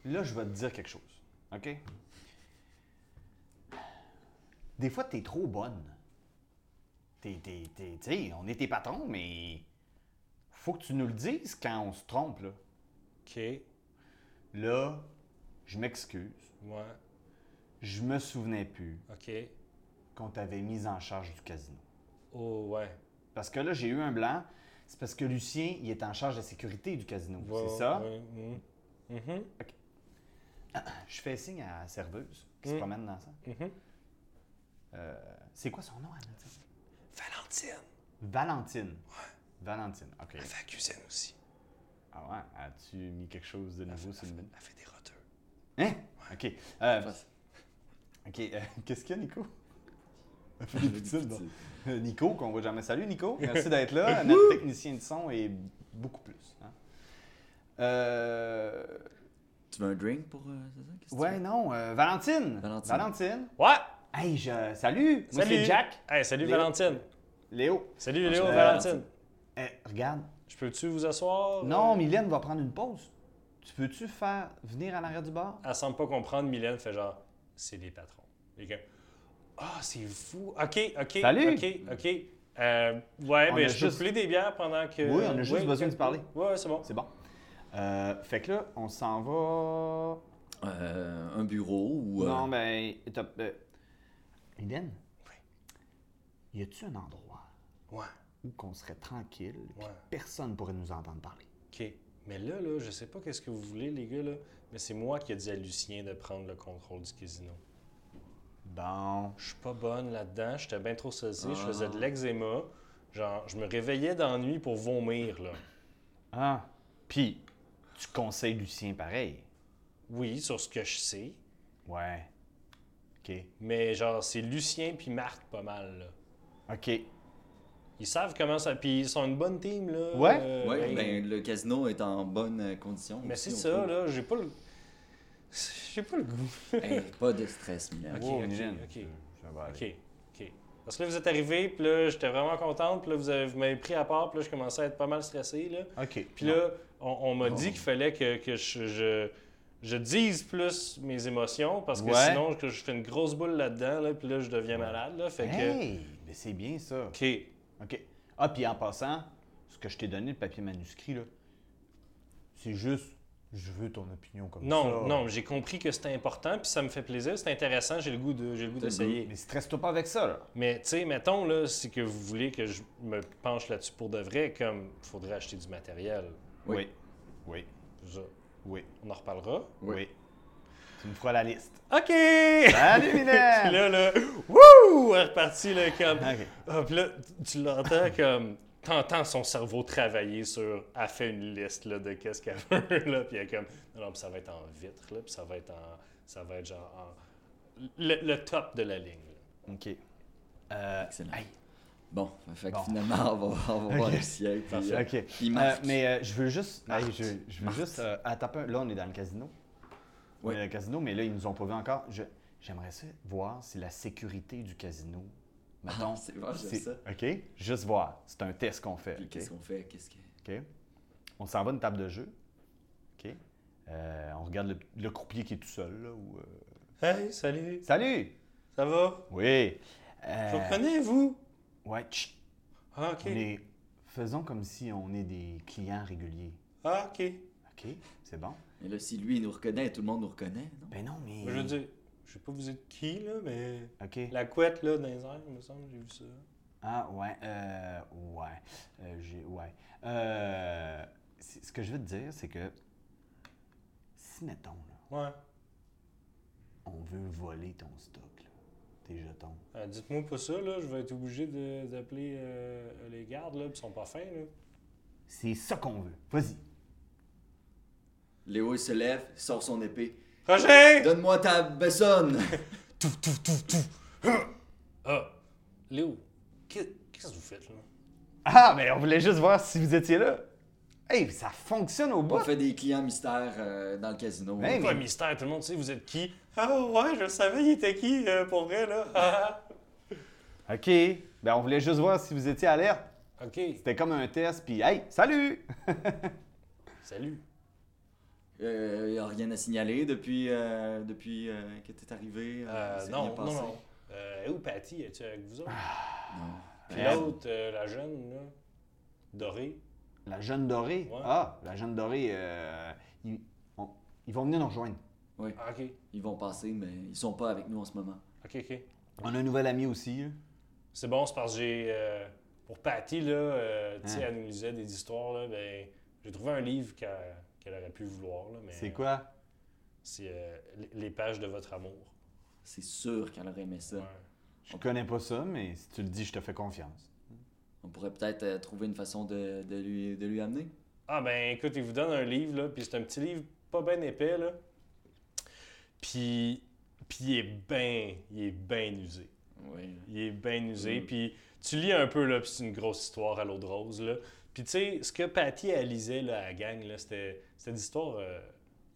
C: là, je vais te dire quelque chose. OK? Des fois, t'es trop bonne. T'es, t'es, t'es- tu sais, on est tes patrons, mais faut que tu nous le dises quand on se trompe, là.
A: OK. Ouais.
C: Là, je m'excuse. Je me souvenais plus
A: OK.
C: qu'on t'avait mise en charge du casino.
A: Oh, ouais.
C: Parce que là, j'ai eu un blanc. C'est parce que Lucien, il est en charge de la sécurité du casino.
A: Ouais,
C: c'est ça?
A: ouais, mhm. Mhm,
C: Je fais signe à la serveuse qui se
A: Mm.
C: promène dans ça.
A: mhm.
C: Euh, c'est quoi son nom, Anna? tu sais?
A: Valentine,
C: Valentine. Valentine, OK.
A: elle fait la cuisine aussi.
C: Ah ouais, as-tu mis quelque chose de nouveau sur le menu?
A: Elle fait des roteux.
C: Hein? OK. Euh,
B: Ouais.
C: OK, euh, [laughs] qu'est-ce qu'il y a, Nico?
B: Des
C: Poutines, bon.
B: poutines.
C: Euh, Nico, qu'on voit jamais. Salut,
A: [laughs]
C: Nico. Merci d'être là. Notre technicien de son est beaucoup plus. hein. Euh,
B: Tu veux un drink pour euh, c'est ça? Qu'est-ce que tu
C: Ouais,
B: veux?
C: non. euh, Valentine.
B: Valentine.
A: Ouais!
C: Hey, je... salut. Moi,
A: Salut.
C: c'est Jack.
A: Hey, salut
C: Léo.
A: Valentine!
C: Léo.
A: Salut Léo,
C: Euh,
A: Valentine!
C: Eh, regarde.
A: Je peux-tu vous asseoir?
C: Non,
A: Euh,
C: Mylène va prendre une pause. Tu peux-tu faire venir à l'arrière du bar?
A: Elle semble pas comprendre. Mylène fait genre, c'est les patrons. Et que, ah, c'est vous. OK, OK.
C: Salut.
A: OK, OK. Euh, ouais,
C: On
A: ben, je
C: a juste-
A: peux couler des bières pendant que.
C: Oui, on a juste besoin de
A: ok.
C: parler.
A: Ouais, ouais, c'est bon.
C: C'est bon. Euh, fait que là, on s'en va.
B: Euh, un bureau ou. euh,
C: Non, ben. t'as- euh, Mylène?
A: Oui.
C: Y a-tu un endroit
A: Ouais,
C: où qu'on serait tranquille, puis
A: Ouais.
C: personne pourrait nous entendre parler?
A: OK. Mais là, là, je sais pas qu'est-ce que vous voulez, les gars, là, mais c'est moi qui ai dit à Lucien de prendre le contrôle du casino.
C: Bon.
A: Je suis pas bonne là-dedans. J'étais bien trop saisi. Je
B: Ah.
A: faisais de l'eczéma. Genre, je me réveillais d'ennui pour vomir, là.
C: Ah. Puis, tu conseilles Lucien pareil.
A: Oui, sur ce que je sais.
C: Ouais. OK.
A: Mais genre, c'est Lucien puis Marthe pas mal, là.
C: OK.
A: Ils savent comment ça. Puis ils sont une bonne team, là.
C: Ouais.
A: Euh,
B: Ouais,
A: ben,
B: ben, le casino est en bonne euh, condition.
A: Mais
B: aussi,
A: c'est
B: on
A: ça,
B: peut-
A: là. J'ai pas le. [laughs] J'ai pas le goût.
B: Hey, pas de stress, Mylène.
A: Ok,
C: Wow,
A: ok,
C: Mylène,
A: ok.
C: ça- ça va
A: OK.
C: aller.
A: OK. Parce que là, vous êtes arrivés, puis là, j'étais vraiment contente, puis là, vous avez- vous m'avez pris à part, puis là, je commençais à être pas mal stressé, là.
C: OK.
A: Puis là, on, on m'a dit qu'il fallait que, que je, je, je dise plus mes émotions, parce que
C: Ouais.
A: sinon, que je fais une grosse boule là-dedans, là, puis là, je deviens malade, là. Fait
C: Hey! Mais c'est bien ça.
A: que. OK.
C: OK. Ah, puis en passant, ce que je t'ai donné, le papier manuscrit, là, c'est juste, je veux ton opinion comme ça.
A: Non, non, j'ai compris que c'était important, puis ça me fait plaisir, c'est intéressant, j'ai le goût de- j'ai le goût
B: T'as le
A: d'essayer.
C: Mais stresse-toi pas avec ça, là.
A: Mais tu sais, mettons là, si que vous voulez que je me penche là-dessus pour de vrai, comme faudrait acheter du matériel,
B: Oui.
C: Oui.
A: je-
C: Oui.
A: on en reparlera.
C: Oui.
B: Oui.
C: Tu me feras la liste.
A: Ok.
C: Salut, Mylène!
A: [laughs] Puis là, là, wouh, elle est reparti là comme.
C: OK.
A: Ah, puis là, tu- tu l'entends comme. T'entends son cerveau travailler sur. Elle fait une liste là, de qu'est-ce qu'elle [laughs] veut, là. Puis elle est comme. Non, non, puis ça va être en vitre, là. Puis ça va être en. Ça va être genre en. Le, le top de la ligne. là.
C: OK. Euh,
B: Excellent.
C: hey,
B: Bon, fait que
C: Bon.
B: finalement, on va, on
C: [laughs]
B: va voir le siècle. puis, euh,
C: OK.
B: puis
C: Euh,
B: Marc.
C: mais euh, je veux juste.
B: Marthe.
C: hey, je, je veux
B: Marthe.
C: juste. euh, ah, tape un- Là, on est dans le casino. On
B: Ouais.
C: est dans le casino, mais là, ils nous ont pas vu encore. Je- J'aimerais ça voir si la sécurité du casino.
B: Ah,
C: Mettons.
B: c'est bon, j'aime
C: c'est-
B: ça.
C: OK? Juste voir. C'est un test qu'on fait.
B: Puis qu'est-ce qu'on fait? Qu'est-ce que...
C: OK? On s'en va à une table de jeu. OK? Euh, on regarde le, le croupier qui est tout seul. là, ou, euh,
A: Hey, salut.
C: Salut!
A: Ça va?
C: Oui!
A: Vous
C: Euh,
A: comprenez, vous?
C: ouais, chut.
A: Ah, OK.
C: On est- Faisons comme si on est des clients réguliers.
A: Ah, OK.
C: OK? C'est bon?
B: Mais là, si lui, il nous reconnaît, tout le monde nous reconnaît, non?
C: Ben non, mais.
A: Je veux dire, je sais pas vous êtes qui, là, mais...
C: OK.
A: La couette, là, dans les airs, il me semble, j'ai vu ça.
C: Ah, ouais. Euh, ouais. Euh, j'ai- ouais. Euh, c'est- ce que je veux te dire, c'est que si, mettons, là,
A: Ouais.
C: on veut voler ton stock, là, tes jetons.
A: Euh, Dites-moi pas ça, là, je vais être obligé de- d'appeler euh, les gardes, là, pis ils sont pas fins, là.
C: C'est ça qu'on veut. Vas-y.
B: Léo, il se lève, sort son épée.
A: Roger!
B: Donne-moi ta
C: [laughs]
B: bessonne!
A: Ah! Léo, qu'est- qu'est-ce que vous faites, là?
C: Ah, mais on voulait juste voir si vous étiez là. Hey, ça fonctionne au
B: on
C: bout.
B: fait des clients mystères euh, dans le casino.
C: Hey,
A: C'est
C: mais-
A: pas un mystère, tout le monde sait vous êtes qui. Eh, Ah, ouais, je le savais, il était qui, euh, pour vrai, là. Ah,
C: OK. Ben, on voulait juste voir si vous étiez alerte.
A: ah. [laughs] OK,
C: C'était comme un test, puis hey, salut!
A: salut.
B: Euh, y a rien à signaler depuis, euh, depuis euh, que t'es arrivé? euh, il
A: Euh,
B: s'est rien
A: non, non,
B: passé?
A: non. Euh, où Patty? Es-tu avec vous autres?
C: Ah,
B: Non.
A: Puis
C: Ouais.
A: l'autre, euh, la jeune, là, dorée.
C: La jeune dorée.
A: Ouais.
C: Ah, la jeune dorée, euh, ils, on- ils vont venir nous rejoindre.
A: Ah, ok,
B: Ils vont passer, mais ils sont pas avec nous en ce moment.
A: ok, ok.
C: On a un nouvel ami aussi. là.
A: C'est bon, c'est parce que j'ai euh, pour Patty, là, euh, tu sais,
C: Hein?
A: elle nous lisait des histoires, là, ben, j'ai trouvé un livre qu'elle qu'elle aurait pu vouloir, là, mais...
C: C'est quoi?
A: C'est euh, Les- Les pages de votre amour.
B: C'est sûr qu'elle aurait aimé ça.
A: Ouais.
C: Je connais pas ça, mais si tu le dis, je te fais confiance.
B: On pourrait peut-être euh, trouver une façon de, de lui, de lui amener.
A: Ah ben écoute, il vous donne un livre, là, puis c'est un petit livre pas bien épais, là. Puis, puis il est bien, il est bien usé.
B: Oui.
A: Il est bien usé.
B: Mm.
A: Puis tu lis un peu, là, puis c'est une grosse histoire à l'eau de rose, là. Puis tu sais, ce que Patty, elle lisait, là, à la gang, là, c'était, c'était des histoires... euh,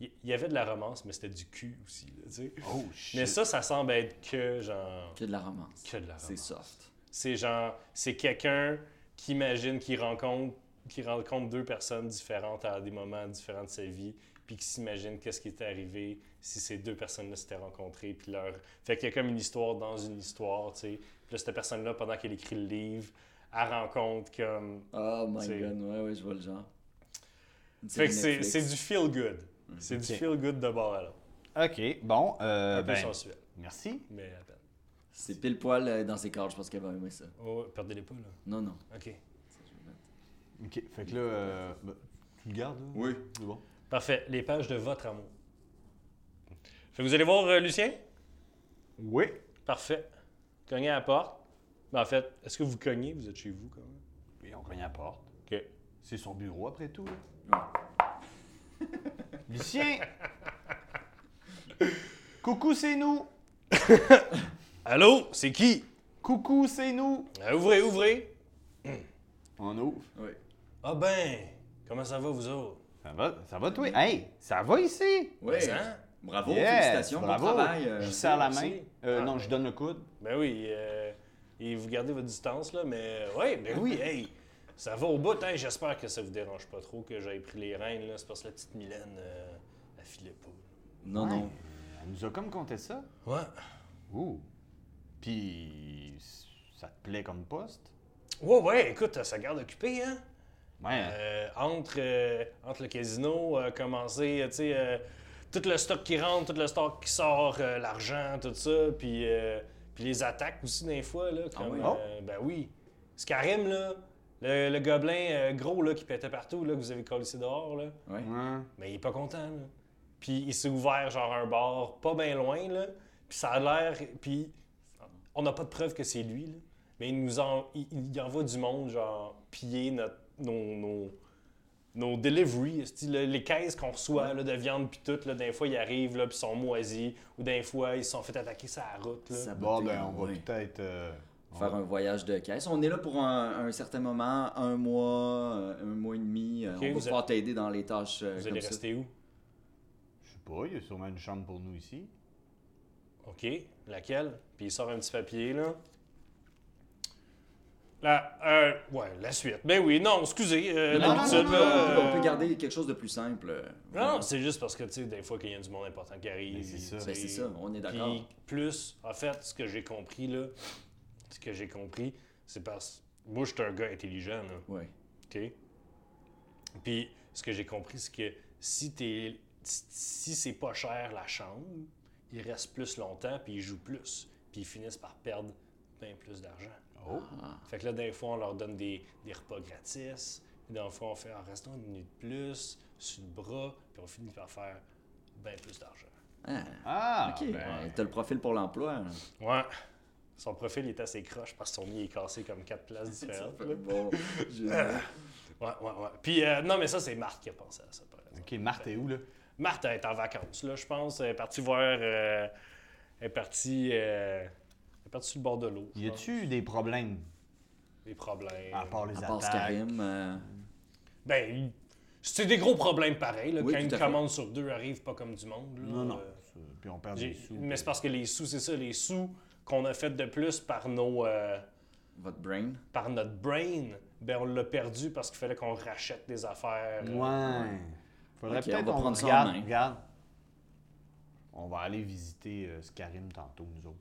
A: Il il y avait de la romance, mais c'était du cul aussi, là, tu sais.
C: Oh shit.
A: Mais ça, ça semble être que, genre...
B: Que de la romance.
A: Que de la
B: C'est
A: romance.
B: soft.
A: C'est genre, c'est quelqu'un qui imagine qu'il rencontre, qui rencontre deux personnes différentes à des moments différents de sa vie, puis qui s'imagine qu'est-ce qui était arrivé si ces deux personnes-là s'étaient rencontrées, puis leur. Fait qu'il y a comme une histoire dans une histoire, tu sais. Puis là, cette personne-là, pendant qu'elle écrit le livre, elle rencontre comme.
B: Oh my
A: C'est-
B: god, ouais, ouais, je vois le genre. Une
A: Fait
B: série
A: que c'est
B: Netflix.
A: c'est du feel good. C'est du
C: Ok.
A: feel good de bord à l'autre.
C: Ok, bon. euh,
A: Un peu
C: ben,
A: sensuel,
C: merci.
A: mais à peine.
B: C'est pile poil euh, dans ses cordes, je pense qu'elle va aimer ça.
A: Oh, perdez-les pas, là.
B: Non, non.
A: OK.
C: Ok, fait que là, euh, ben, tu le gardes, là?
B: Oui.
C: C'est bon.
A: Parfait. Les pages de votre amour. Fait que vous allez voir euh, Lucien?
C: Oui.
A: Parfait. Cognez à la porte. Ben, en fait, est-ce que vous cognez? Vous êtes chez vous quand même?
C: Et on cogne à la porte.
A: OK.
C: C'est son bureau après tout.
B: [laughs]
C: Lucien! Coucou, c'est nous!
A: Allô? C'est qui?
C: Coucou, c'est nous!
A: Euh, ouvrez, ouvrez!
C: On ouvre.
B: Oui.
A: Ah ben! Comment ça va, vous autres?
C: Ça va, ça va toi? Hey, ça va ici?
B: Ouais.
A: Ben, hein?
B: Bravo,
C: Yes,
B: félicitations,
C: bravo.
B: bon travail. euh,
C: Je serre la main.
A: merci.
C: Euh,
A: Ah,
C: non,
A: ouais.
C: je donne le coude.
A: Ben oui, euh, et vous gardez votre distance, là, mais oui, ben oui, hey! Ça va au bout, hein? J'espère que ça vous dérange pas trop que j'aille pris les rênes, là. C'est parce que la petite Mylène, euh, elle filait pas.
B: Non,
C: Ouais.
B: non.
C: Elle nous a comme compté ça.
A: Ouais.
C: Ouh. Puis, ça te plaît comme poste?
A: Ouais, ouais, écoute, ça garde occupé, hein?
C: Ouais.
A: Euh, entre, euh, entre le casino, euh, commencer, euh, tu sais, euh, tout le stock qui rentre, tout le stock qui sort, euh, l'argent, tout ça, puis, euh, puis les attaques aussi des fois, là,
B: Ah
A: comme,
B: oui?
A: euh, ben oui. Scarim, là, le, le gobelin euh, gros, là, qui pétait partout, là, que vous avez collé dehors, là,
B: Ouais.
C: Ouais.
A: mais il est pas content, là. Puis il s'est ouvert, genre, un bar pas bien loin, là, puis ça a l'air, puis on n'a pas de preuve que c'est lui, là, mais il nous en, il, il envoie du monde, genre, piller notre, nos, nos, nos deliveries, esti, le- les caisses qu'on reçoit là, de viande puis tout, là, des fois ils arrivent là, puis ils sont moisis, ou des fois ils se sont fait attaquer sur la route. Là.
B: Saboter,
C: Bon, ben, on va
B: ouais.
C: peut-être. euh, on
B: Faire
C: va-
B: un voyage de caisse. On est là pour un, un certain moment, un mois, euh, un mois et demi. euh,
A: Ok,
B: on va
A: vous
B: pouvoir t'aider dans les tâches euh,
A: Vous
B: comme
A: allez
B: ça.
A: rester où?
C: Je sais pas, il y a sûrement une chambre pour nous ici.
A: OK, laquelle? Puis il sort un petit papier, là. La, euh, ouais, la suite. Ben oui, non, excusez, euh,
B: Non, non, non,
A: d'habitude,
B: non,
A: là,
B: on peut- on
A: euh,
B: peut garder quelque chose de plus simple. euh,
A: Non,
B: vraiment.
A: non, c'est juste parce que, tu sais, des fois, qu'il y a du monde important qui arrive.
C: Mais c'est
A: et,
C: ça.
A: tu sais,
B: Ben, c'est ça, on est d'accord.
A: Puis plus, en fait, ce que j'ai compris, là, ce que j'ai compris, c'est parce que moi, je suis un gars intelligent, là,
B: Ouais.
A: OK? Puis ce que j'ai compris, c'est que si t'es si c'est pas cher la chambre, ils restent plus longtemps, puis ils jouent plus. Puis ils finissent par perdre bien plus d'argent.
C: Oh.
B: Ah.
A: Fait que là, des fois, on leur donne des, des repas gratis. Puis des fois, on fait en restant une minute de plus, sur le bras, puis on finit par faire bien plus d'argent.
B: Ah,
C: Ah!
B: ok.
C: ben,
B: Ouais, T'as le profil pour l'emploi. hein.
A: Ouais. Son profil est assez croche parce que son nid est cassé comme quatre places différentes. là.
B: Bon,
C: Ah,
B: je-
A: Ouais, ouais, ouais. Puis, euh, non, mais ça, c'est Marthe qui a pensé à ça, par exemple.
C: Ok, Marthe est où, là?
A: Marthe elle est en vacances, là, je pense. Elle est partie voir. euh, elle est partie. euh, elle est partie sur le bord de l'eau. je
C: Y
A: pense.
C: a-tu des problèmes
A: Des problèmes.
C: à part les
B: À part
C: attaques?
B: Skyrim, euh,
A: Ben, c'est des gros problèmes pareils, là,
B: Oui,
A: quand
B: tout
A: une
B: à fait.
A: commande sur deux arrive pas comme du monde. là,
C: Non, non.
A: euh,
C: Ça, Puis on perd
A: j'ai-
C: des sous.
A: mais c'est parce que les sous, c'est ça, les sous qu'on a fait de plus par nos. euh,
B: votre brain.
A: par notre brain, ben on l'a perdu parce qu'il fallait qu'on rachète des affaires. euh,
C: Ouais. Faudrait
B: Ok, on
C: peut-être
B: va
C: on
B: prendre ça en
C: regarde,
B: main.
C: regarde. On va aller visiter euh, Scarim tantôt, nous autres.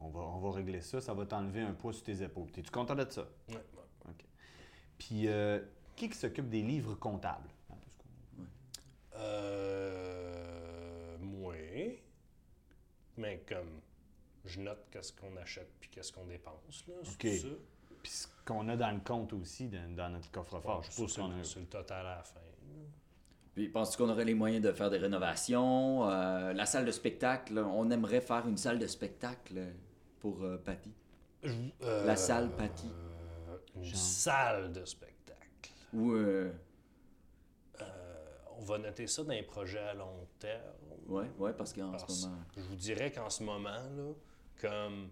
C: On va, on va régler ça, ça va t'enlever un poids sur tes épaules. T'es-tu content de ça?
A: ouais, ouais.
C: Puis, euh, qui qui s'occupe des livres comptables?
A: Euh. Moi. Mais comme. Je note qu'est-ce qu'on achète puis qu'est-ce qu'on dépense, là. c'est
C: Ok.
A: ça.
C: Puis ce qu'on a dans le compte aussi, dans, dans notre coffre-fort. je suppose
A: sur,
C: qu'on a.
A: le- sur le total à la fin.
B: Puis penses-tu qu'on aurait les moyens de faire des rénovations? Euh, la salle de spectacle, on aimerait faire une salle de spectacle pour euh, Patty.
C: Euh,
B: La salle Patty.
A: Euh, Une
C: Genre.
A: salle de spectacle.
B: Ou euh,
A: On va noter ça dans les projets à long terme.
B: ouais, ouais, parce qu'en
A: Parce-
B: ce moment.
A: Je vous dirais qu'en ce moment, là, comme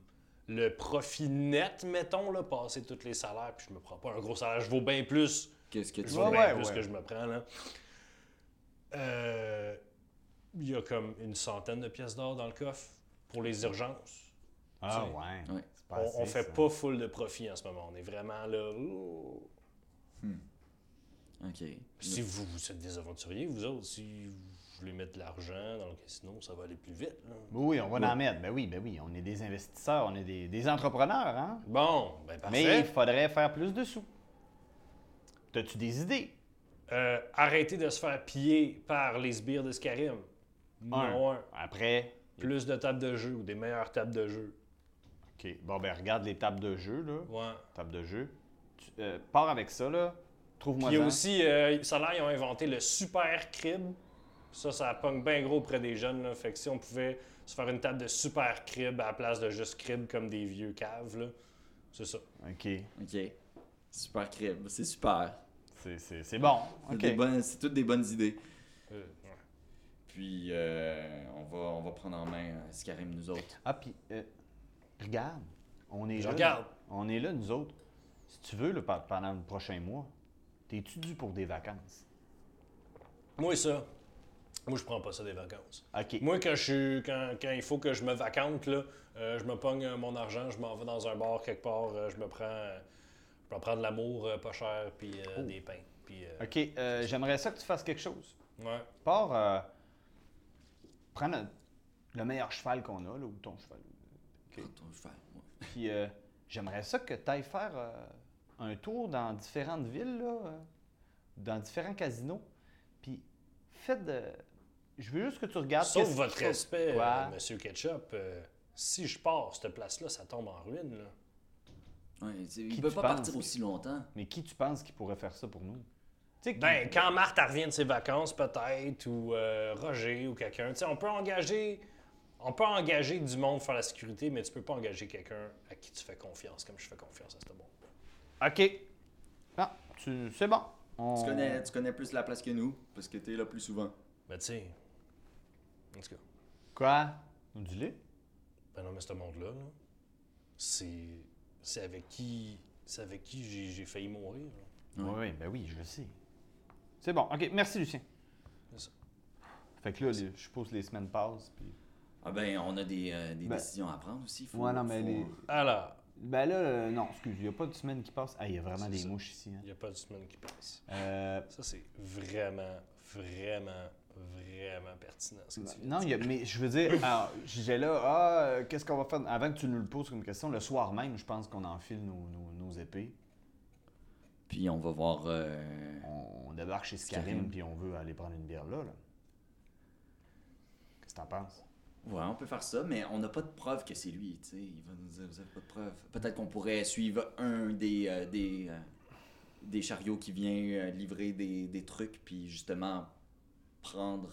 A: le profit net, mettons, là, passer tous les salaires, puis je me prends pas un gros salaire, je vaux bien plus.
B: Qu'est-ce que tu
A: Je
C: Ouais,
A: vaux
B: veux?
A: bien
C: ouais,
A: plus
C: ouais.
A: que je me prends, là. Euh, Il y a comme une centaine de pièces d'or dans le coffre pour les urgences.
C: Ah
A: tu sais.
C: ouais.
B: Ouais.
C: C'est
A: On,
C: pas
A: on
C: assez,
A: fait
C: ça.
A: pas full de profit en ce moment. On est vraiment là. ouh.
B: Ok.
C: Mm.
A: Si vous, vous êtes des aventuriers, vous autres, si vous voulez mettre de l'argent dans le casino, ça va aller plus vite. là.
C: Oui, oui, on va
B: Ouais.
C: en mettre. Ben oui, ben oui. On est des investisseurs, on est des, des entrepreneurs, hein?
A: Bon, ben parfait.
C: Mais il faudrait faire plus de sous. T'as-tu des idées?
A: Euh, arrêter de se faire piller par les sbires de Skyrim. Numéro un.
C: Après,
A: Plus de tables de jeu ou des meilleures tables de jeu.
C: OK. Bon, ben regarde les tables de jeu, là.
A: Ouais.
C: Tables de jeu. Tu, euh, pars avec ça, là. Trouve-moi
A: Puis
C: ça.
A: aussi, euh, ça là, ils ont inventé le super crib. Ça, ça pogne bien gros auprès des jeunes. Là. Fait que si on pouvait se faire une table de super crib à la place de juste crib comme des vieux caves, là, c'est ça.
C: OK.
B: Ok. Super crib, c'est super.
C: C'est- C'est c'est bon.
B: C'est
C: OK.
B: des bonnes- C'est toutes des bonnes idées.
A: Euh, ouais.
B: Puis euh, on, va, on va prendre en main euh, Skyrim, nous autres.
C: Ah, puis, euh, regarde. On est
A: Je
C: là.
A: regarde.
C: On est là, nous autres. Si tu veux, là, pe- pendant le prochain mois, t'es-tu dû pour des vacances?
A: Moi, ça. Moi, je prends pas ça des vacances.
C: OK.
A: Moi, quand, je suis, quand, quand il faut que je me vacante, là, euh, je me pogne euh, mon argent, je m'en vais dans un bar quelque part, euh, je me prends, euh, je me prends de l'amour euh, pas cher, puis euh, des pains. Puis, euh,
C: OK, euh, j'aimerais ça que tu fasses quelque chose.
A: ouais.
C: Pars, euh, prends le, le meilleur cheval qu'on a, là, ou ton cheval.
B: Prends ton cheval, ouais.
C: Puis euh, j'aimerais ça que tu ailles faire euh, un tour dans différentes villes, là, euh, dans différents casinos. Puis faites de. Je veux juste que tu regardes.
A: Sauf
C: qu'est-ce qui
A: votre
C: se passe.
A: respect,
C: Quoi?
A: euh, Monsieur Ketchup, euh, si je pars, cette place-là, ça tombe en ruine. Là.
B: Ouais, c'est- il
C: Qui
B: peut
C: tu
B: pas
C: penses?
B: partir aussi longtemps.
C: Mais qui tu penses qui pourrait faire ça pour nous? Tu sais,
A: Ben,
C: qui-
A: quand Marthe elle revient de ses vacances, peut-être, ou euh, Roger, ou quelqu'un, tu sais, on peut engager... On peut engager du monde pour faire la sécurité, mais tu peux pas engager quelqu'un à qui tu fais confiance, comme je fais confiance à ce monde.
C: OK. Non, tu... c'est bon. On-
B: Tu, connais, tu connais plus la place que nous, parce que t'es là plus souvent.
A: Ben, tu sais. En tout cas.
C: Quoi? Dis-le.
A: Ben non, mais ce monde-là, là, c'est. C'est avec qui. C'est avec qui j'ai- j'ai failli mourir. là.
B: Ouais.
C: Oui, ben oui, je le sais. C'est bon. OK, merci, Lucien.
A: C'est ça.
C: Fait que là, les- je suppose que les semaines passent. Puis...
B: Ah ben, on a des, euh, des
C: Ben-
B: décisions à prendre aussi. Faut,
C: Ouais, non, mais
B: faut-
C: les-
A: Alors,
C: Ben là, euh, non, excuse, il n'y a pas de semaine qui passe. Ah, il y a vraiment
A: C'est
C: des
A: ça.
C: mouches ici.
A: il
C: Hein.
A: n'y a pas de semaine qui passe.
C: Euh,
A: Ça, c'est vraiment, vraiment, vraiment pertinent ce que tu viens
C: non,
A: de
C: il y
A: dire.
C: a- mais je veux dire, alors, j'ai là, ah, euh, qu'est-ce qu'on va faire? Avant que tu nous le poses comme question, le soir même, je pense qu'on enfile nos, nos- nos épées.
B: Puis on va voir... euh,
C: On, on débarque chez
B: Skyrim.
C: Skyrim, puis on veut aller prendre une bière là. là. Qu'est-ce que t'en penses?
B: Ouais, on peut faire ça, mais on n'a pas de preuve que c'est lui, tu sais. Il va nous dire, vous avez pas de preuve. Peut-être qu'on pourrait suivre un des, euh, des, euh, des chariots qui vient euh, livrer des, des trucs, puis justement prendre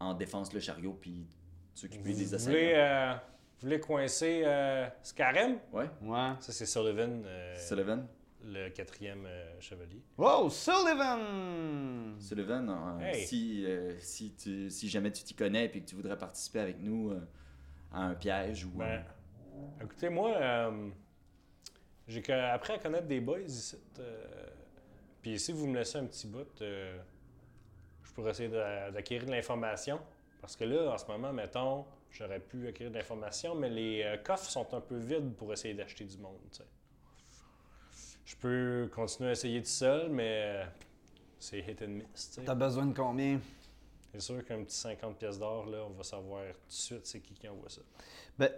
B: en défense le chariot, puis s'occuper
A: Vous
B: des
A: voulez,
B: assaillants.
A: euh, vous voulez coincer euh, Skyrim?
B: Ouais,
C: Ouais.
A: Ça, c'est Sullivan, euh,
B: Sullivan.
A: le quatrième euh, chevalier.
C: Wow, Sullivan!
B: Sullivan, euh,
A: Hey.
B: si, euh, si, tu- si jamais tu t'y connais, puis que tu voudrais participer avec nous euh, à un piège ou...
A: Ben, écoutez, moi, euh, j'ai que- appris à connaître des boys ici. euh, Puis si vous me laissez un petit bout, euh, je pourrais essayer d'a- d'acquérir de l'information. Parce que là, en ce moment, mettons, j'aurais pu acquérir de l'information, mais les euh, coffres sont un peu vides pour essayer d'acheter du monde. tu sais. Je peux continuer à essayer tout seul, mais euh, c'est hit and miss. tu sais.
C: T'as besoin de combien?
A: C'est sûr qu'un petit 50 pièces d'or, là, on va savoir tout de suite c'est qui qui envoie ça.
C: Ben,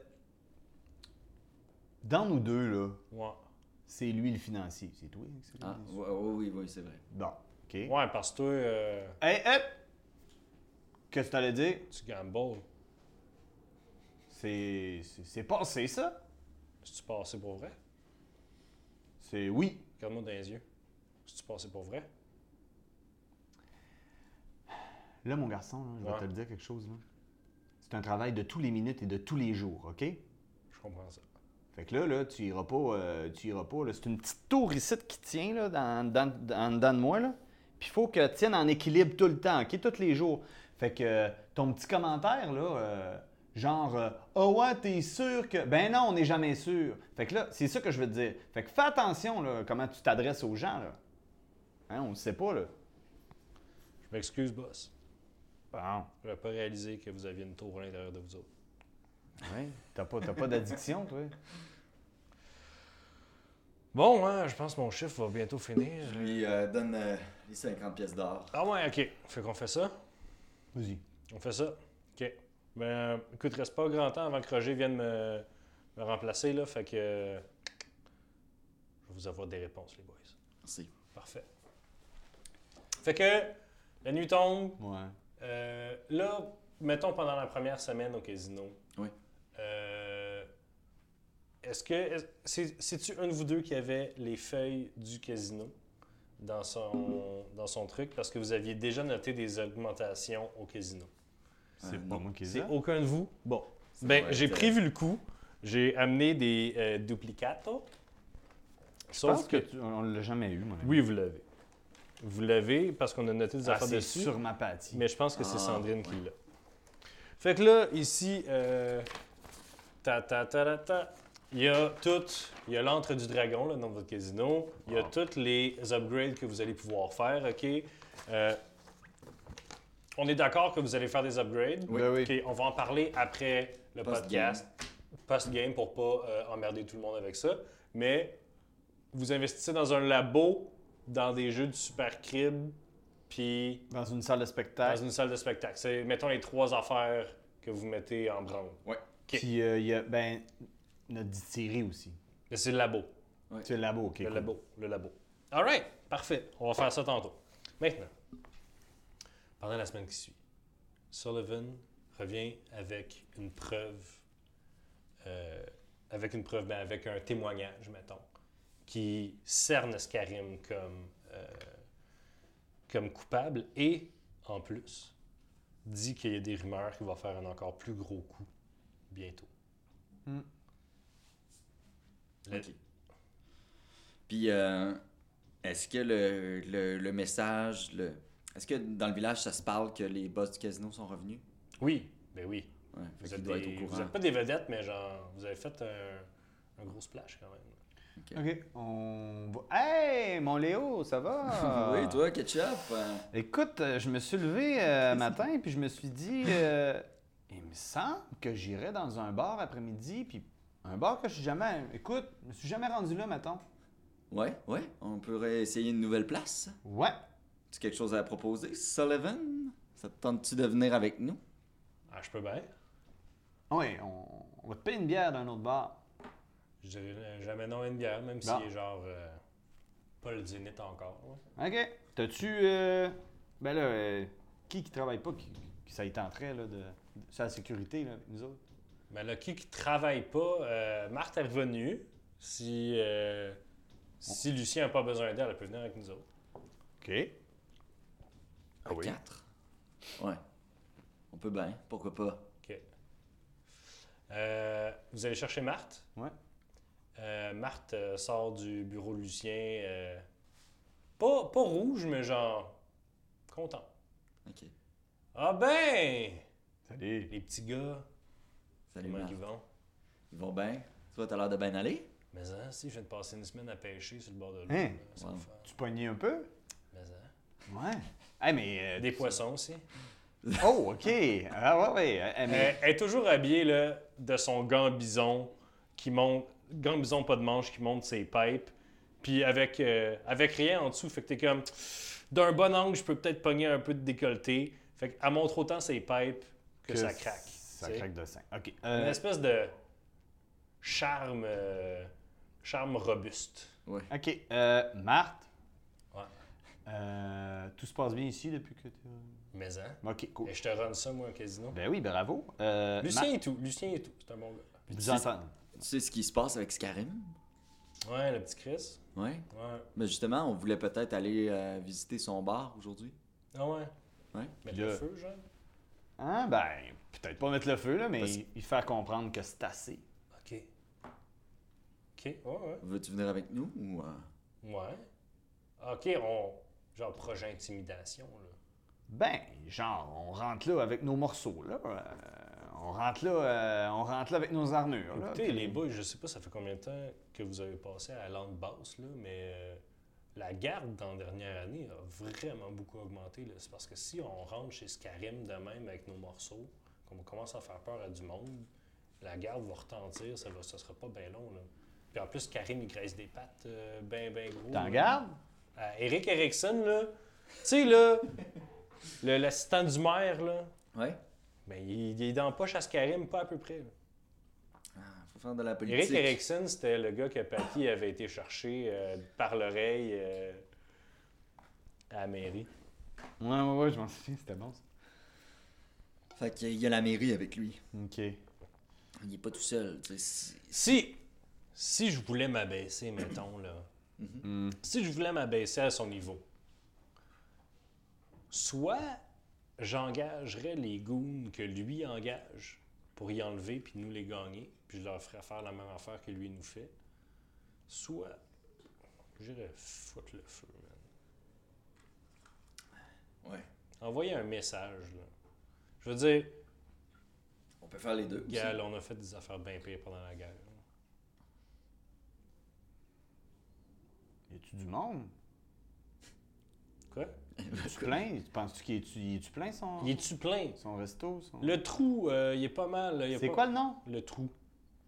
C: dans nous deux, là,
A: Ouais.
C: c'est lui le financier. C'est toi? hein, que c'est lui,
B: Ah,
C: bien sûr.
B: ouais, ouais, oui, oui, c'est vrai.
C: Bon, OK.
A: Ouais, parce que toi. euh,
C: Hey, hop! Qu'est-ce que t'allais dire?
A: Tu gambles.
C: C'est. C'est c'est passé, ça?
A: Si tu passé pour vrai.
C: C'est oui.
A: Regarde-moi dans les yeux. Si tu pensais pour vrai.
C: Là, mon garçon, là, je vais
A: Ouais.
C: te le dire quelque chose. là. C'est un travail de tous les minutes et de tous les jours, OK?
A: Je comprends ça.
C: Fait que là, là tu iras pas. euh, tu iras pas là. C'est une petite tour ici qui tient là, dans, dans, en dedans de moi. Là. Puis il faut qu'elle tienne en équilibre tout le temps, OK? Tous les jours. Fait que euh, ton petit commentaire, là, euh, genre, euh, oh ouais, t'es sûr que. Ben non, on n'est jamais sûr. Fait que là, c'est ça que je veux te dire. Fait que fais attention, là, comment tu t'adresses aux gens, là. Hein, on ne sait pas, là.
A: Je m'excuse, boss.
C: Bon.
A: J'avais pas réalisé que vous aviez une tour à l'intérieur de vous autres.
C: Ouais. T'as pas, t'as pas d'addiction, toi?
A: Bon, hein, je pense que mon chiffre va bientôt finir.
B: Je lui euh, donne euh, les 50 pièces d'or.
A: Ah ouais, ok. Fait qu'on fait ça.
C: Vas-y.
A: On fait ça. OK. Ben, écoute, reste pas grand temps avant que Roger vienne me, me remplacer, là. Fait que. euh, Je vais vous avoir des réponses, les boys.
B: Merci.
A: Parfait. Fait que la nuit tombe.
C: Ouais.
A: Euh, là, mettons pendant la première semaine au casino.
B: Oui.
A: Euh, est-ce que. est- c'est- C'est-tu un de vous deux qui avait les feuilles du casino dans son, dans son truc? Parce que vous aviez déjà noté des augmentations au casino.
C: C'est
B: Euh,
C: pas
B: non.
C: moi qui les ai.
A: C'est aucun de vous. Bon.
B: Ça
A: Ben,
B: va
A: j'ai
B: être, euh,
A: prévu le coup. J'ai amené des euh, duplicatos.
C: Je pense
A: Sauf
C: que
A: que.
C: tu, on l'a jamais eu, mon ami.
A: Oui, vous l'avez. Vous l'avez parce qu'on a noté des
C: Ah,
A: affaires
C: c'est
A: dessus.
C: sur ma pâtie.
A: Mais je pense que c'est
B: Ah,
A: Sandrine
B: ouais.
A: qui l'a. Fait que là, ici. euh, Ta ta ta ta ta. Il y a tout. Il y a l'entre du dragon, là, dans votre casino. Il y a
B: Ah.
C: Wow.
A: toutes les upgrades que vous allez pouvoir faire, OK? Euh, on est d'accord que vous allez faire des upgrades.
B: Oui.
C: Ben
A: OK, on va en parler après le
B: Post-game.
A: podcast, post-game, pour pas euh, emmerder tout le monde avec ça. Mais vous investissez dans un labo, dans des jeux de super crib, puis
C: Dans une salle de
A: dans
C: spectacle.
A: une salle de spectacle. C'est, mettons, les trois affaires que vous mettez en branle. Ok.
C: Puis euh, il y a, ben, notre distillerie aussi.
A: Mais c'est le labo.
C: C'est le labo, OK.
A: Le
C: cool.
A: labo. Le labo. All right. Parfait. On va faire ça tantôt. Maintenant, pendant la semaine qui suit, Sullivan revient avec une preuve, euh, avec une preuve, ben, avec un témoignage, mettons, qui cerne Scarim comme, euh, comme coupable et, en plus, dit qu'il y a des rumeurs qu'il va faire un encore plus gros coup bientôt.
C: Hmm.
A: Le-
B: Ok. Puis, euh, est-ce que le, le- le message. Le... Est-ce que dans le village, ça se parle que les boss du casino sont revenus
A: Oui, ben oui.
B: Ouais,
A: Vous
B: fait qu'il
A: êtes,
B: doit
A: des-
B: être au
A: vous
B: courant.
A: êtes pas des vedettes, mais genre, vous avez fait un, un gros splash quand même.
C: OK. On va... Hey, mon Léo,
A: [laughs]
C: ça va?
B: oui, toi, Ah. Ketchup. euh,
C: Écoute, euh, je me suis levé euh, matin, puis je me suis dit... euh, il me semble que j'irais dans un bar après-midi, puis un bar que je suis jamais... Écoute, je me suis jamais rendu là, mettons.
B: Ouais, ouais. On pourrait essayer une nouvelle place.
C: Ouais.
B: Tu quelque chose à proposer, Sullivan Ça te tente-tu de venir avec nous
A: Ah, je peux bien.
C: Oui, on, on va te payer une bière d'un autre bar.
A: Je dirais euh, jamais non à une bière, même s'il
C: Bon.
A: est genre euh, pas le zénith encore. là.
C: OK. T'as-tu... euh, Ben là, euh, qui qui travaille pas, qui, qui ça y tenterait, là, de... de- C'est la sécurité, là, nous autres.
A: Mais là, qui qui travaille pas, euh, Marthe est revenue. Si, euh, si Lucien n'a pas besoin d'elle, elle peut venir avec nous autres.
C: OK.
A: Ah
B: À quatre Ouais. On peut bien, pourquoi pas.
A: OK. Euh, vous allez chercher Marthe.
C: Ouais.
A: Euh, Marthe euh, sort du bureau de Lucien. euh, pas, pas rouge, mais genre content.
B: Ok.
A: Ah ben!
C: Salut.
A: Les petits gars,
B: Salut,
A: comment
B: Marc.
A: ils vont?
B: Ils vont bien Toi, t'as l'air de bien aller
A: Mais hein, si, je viens de passer une semaine à pêcher sur le bord de l'eau. euh,
C: Hein?
A: là, c'est le
B: Wow.
A: fun.
C: Tu pognais un peu?
A: Mais hein.
C: Ouais. Ah, mais. euh, [laughs]
A: Des poissons aussi.
C: Oh, OK. Ah, ouais, ouais. Ah, mais-
A: Euh, elle est toujours habillée là, de son gant bison qui monte, gant bison pas de manche qui monte ses pipes, puis avec, euh, avec rien en dessous, fait que t'es comme d'un bon angle, je peux peut-être pogner un peu de décolleté. Fait qu'elle montre autant ses pipes que, ça craque.
C: Ça
A: tu sais.
C: craque de sang. OK.
A: Une
C: Euh,
A: espèce de charme, euh, charme robuste.
B: Ouais.
C: OK. Euh, Marthe.
A: Ouais.
C: Euh, tout se passe bien ici depuis que tu.
A: Mais hein.
C: OK, cool.
A: Et je te rends ça, moi, au casino.
C: Ben oui, bravo. Euh,
A: Lucien
C: Marthe,
A: et tout. Lucien et tout. C'est un bon gars.
C: vous entendez.
B: Tu sais ce qui se passe avec Scarim
A: Ouais, le petit Chris.
B: Ouais.
A: Ouais.
B: Mais justement, on voulait peut-être aller euh, visiter son bar aujourd'hui.
A: Ah ouais.
B: Ouais.
A: Mettre
C: Puis là-
A: le feu, genre.
C: Hein? Ben, peut-être pas mettre le feu, là, mais
B: Parce-
C: il faire comprendre que c'est assez.
A: Ok. Ok, ouais, ouais.
B: Veux-tu venir avec nous ou. euh,
A: Ouais. Ok, on. Genre projet intimidation, là.
C: Ben, genre, on rentre là avec nos morceaux, là. Euh, on rentre là, euh, on rentre là avec nos armures, Ah, là.
A: Écoutez,
C: Puis-
A: les boys, je sais pas ça fait combien de temps que vous avez passé à la langue basse, là, mais euh, la garde dans la dernière année a vraiment beaucoup augmenté. là. C'est parce que si on rentre chez Scarim de même avec nos morceaux, qu'on commence à faire peur à du monde, la garde va retentir, ça va, ça sera pas bien long. Là. Puis en plus, Scarim, il graisse des pattes euh, ben, ben gros.
C: T'en
A: là.
C: gardes?
A: À Euh, Eric Erickson, là, tu sais, là, le- l'assistant du maire, là,
B: Ouais.
A: ben, il, il est dans la poche à Scarim, pas à peu près. là.
B: Ah, faut faire de la politique.
A: Eric Erickson, c'était le gars que Patty avait été chercher euh, par l'oreille euh, à la mairie.
C: Ouais, ouais, ouais, je m'en souviens, c'était bon, ça.
B: Fait qu'il y a la mairie avec lui.
C: OK.
B: Il est pas tout seul. tu sais, c'est-
A: Si, si je voulais m'abaisser, mettons, là, si je voulais m'abaisser à son niveau, soit j'engagerais les goons que lui engage pour y enlever puis nous les gagner, puis je leur ferais faire la même affaire que lui nous fait, soit j'irais foutre le feu, man.
B: Ouais.
A: Envoyez un message, là. Je veux dire,
B: On peut faire les deux. aussi.
A: Gars, là, on a fait des affaires bien pires pendant la guerre.
C: Y a-tu du monde?
A: Quoi?
C: Y tu plein? Penses-tu qu'il est-tu y est-tu plein, son,
A: Il est-tu plein?
C: son resto? son-
A: Le trou, euh, il est pas mal. là, il est
C: C'est
A: pas-
C: quoi le nom?
A: Le trou.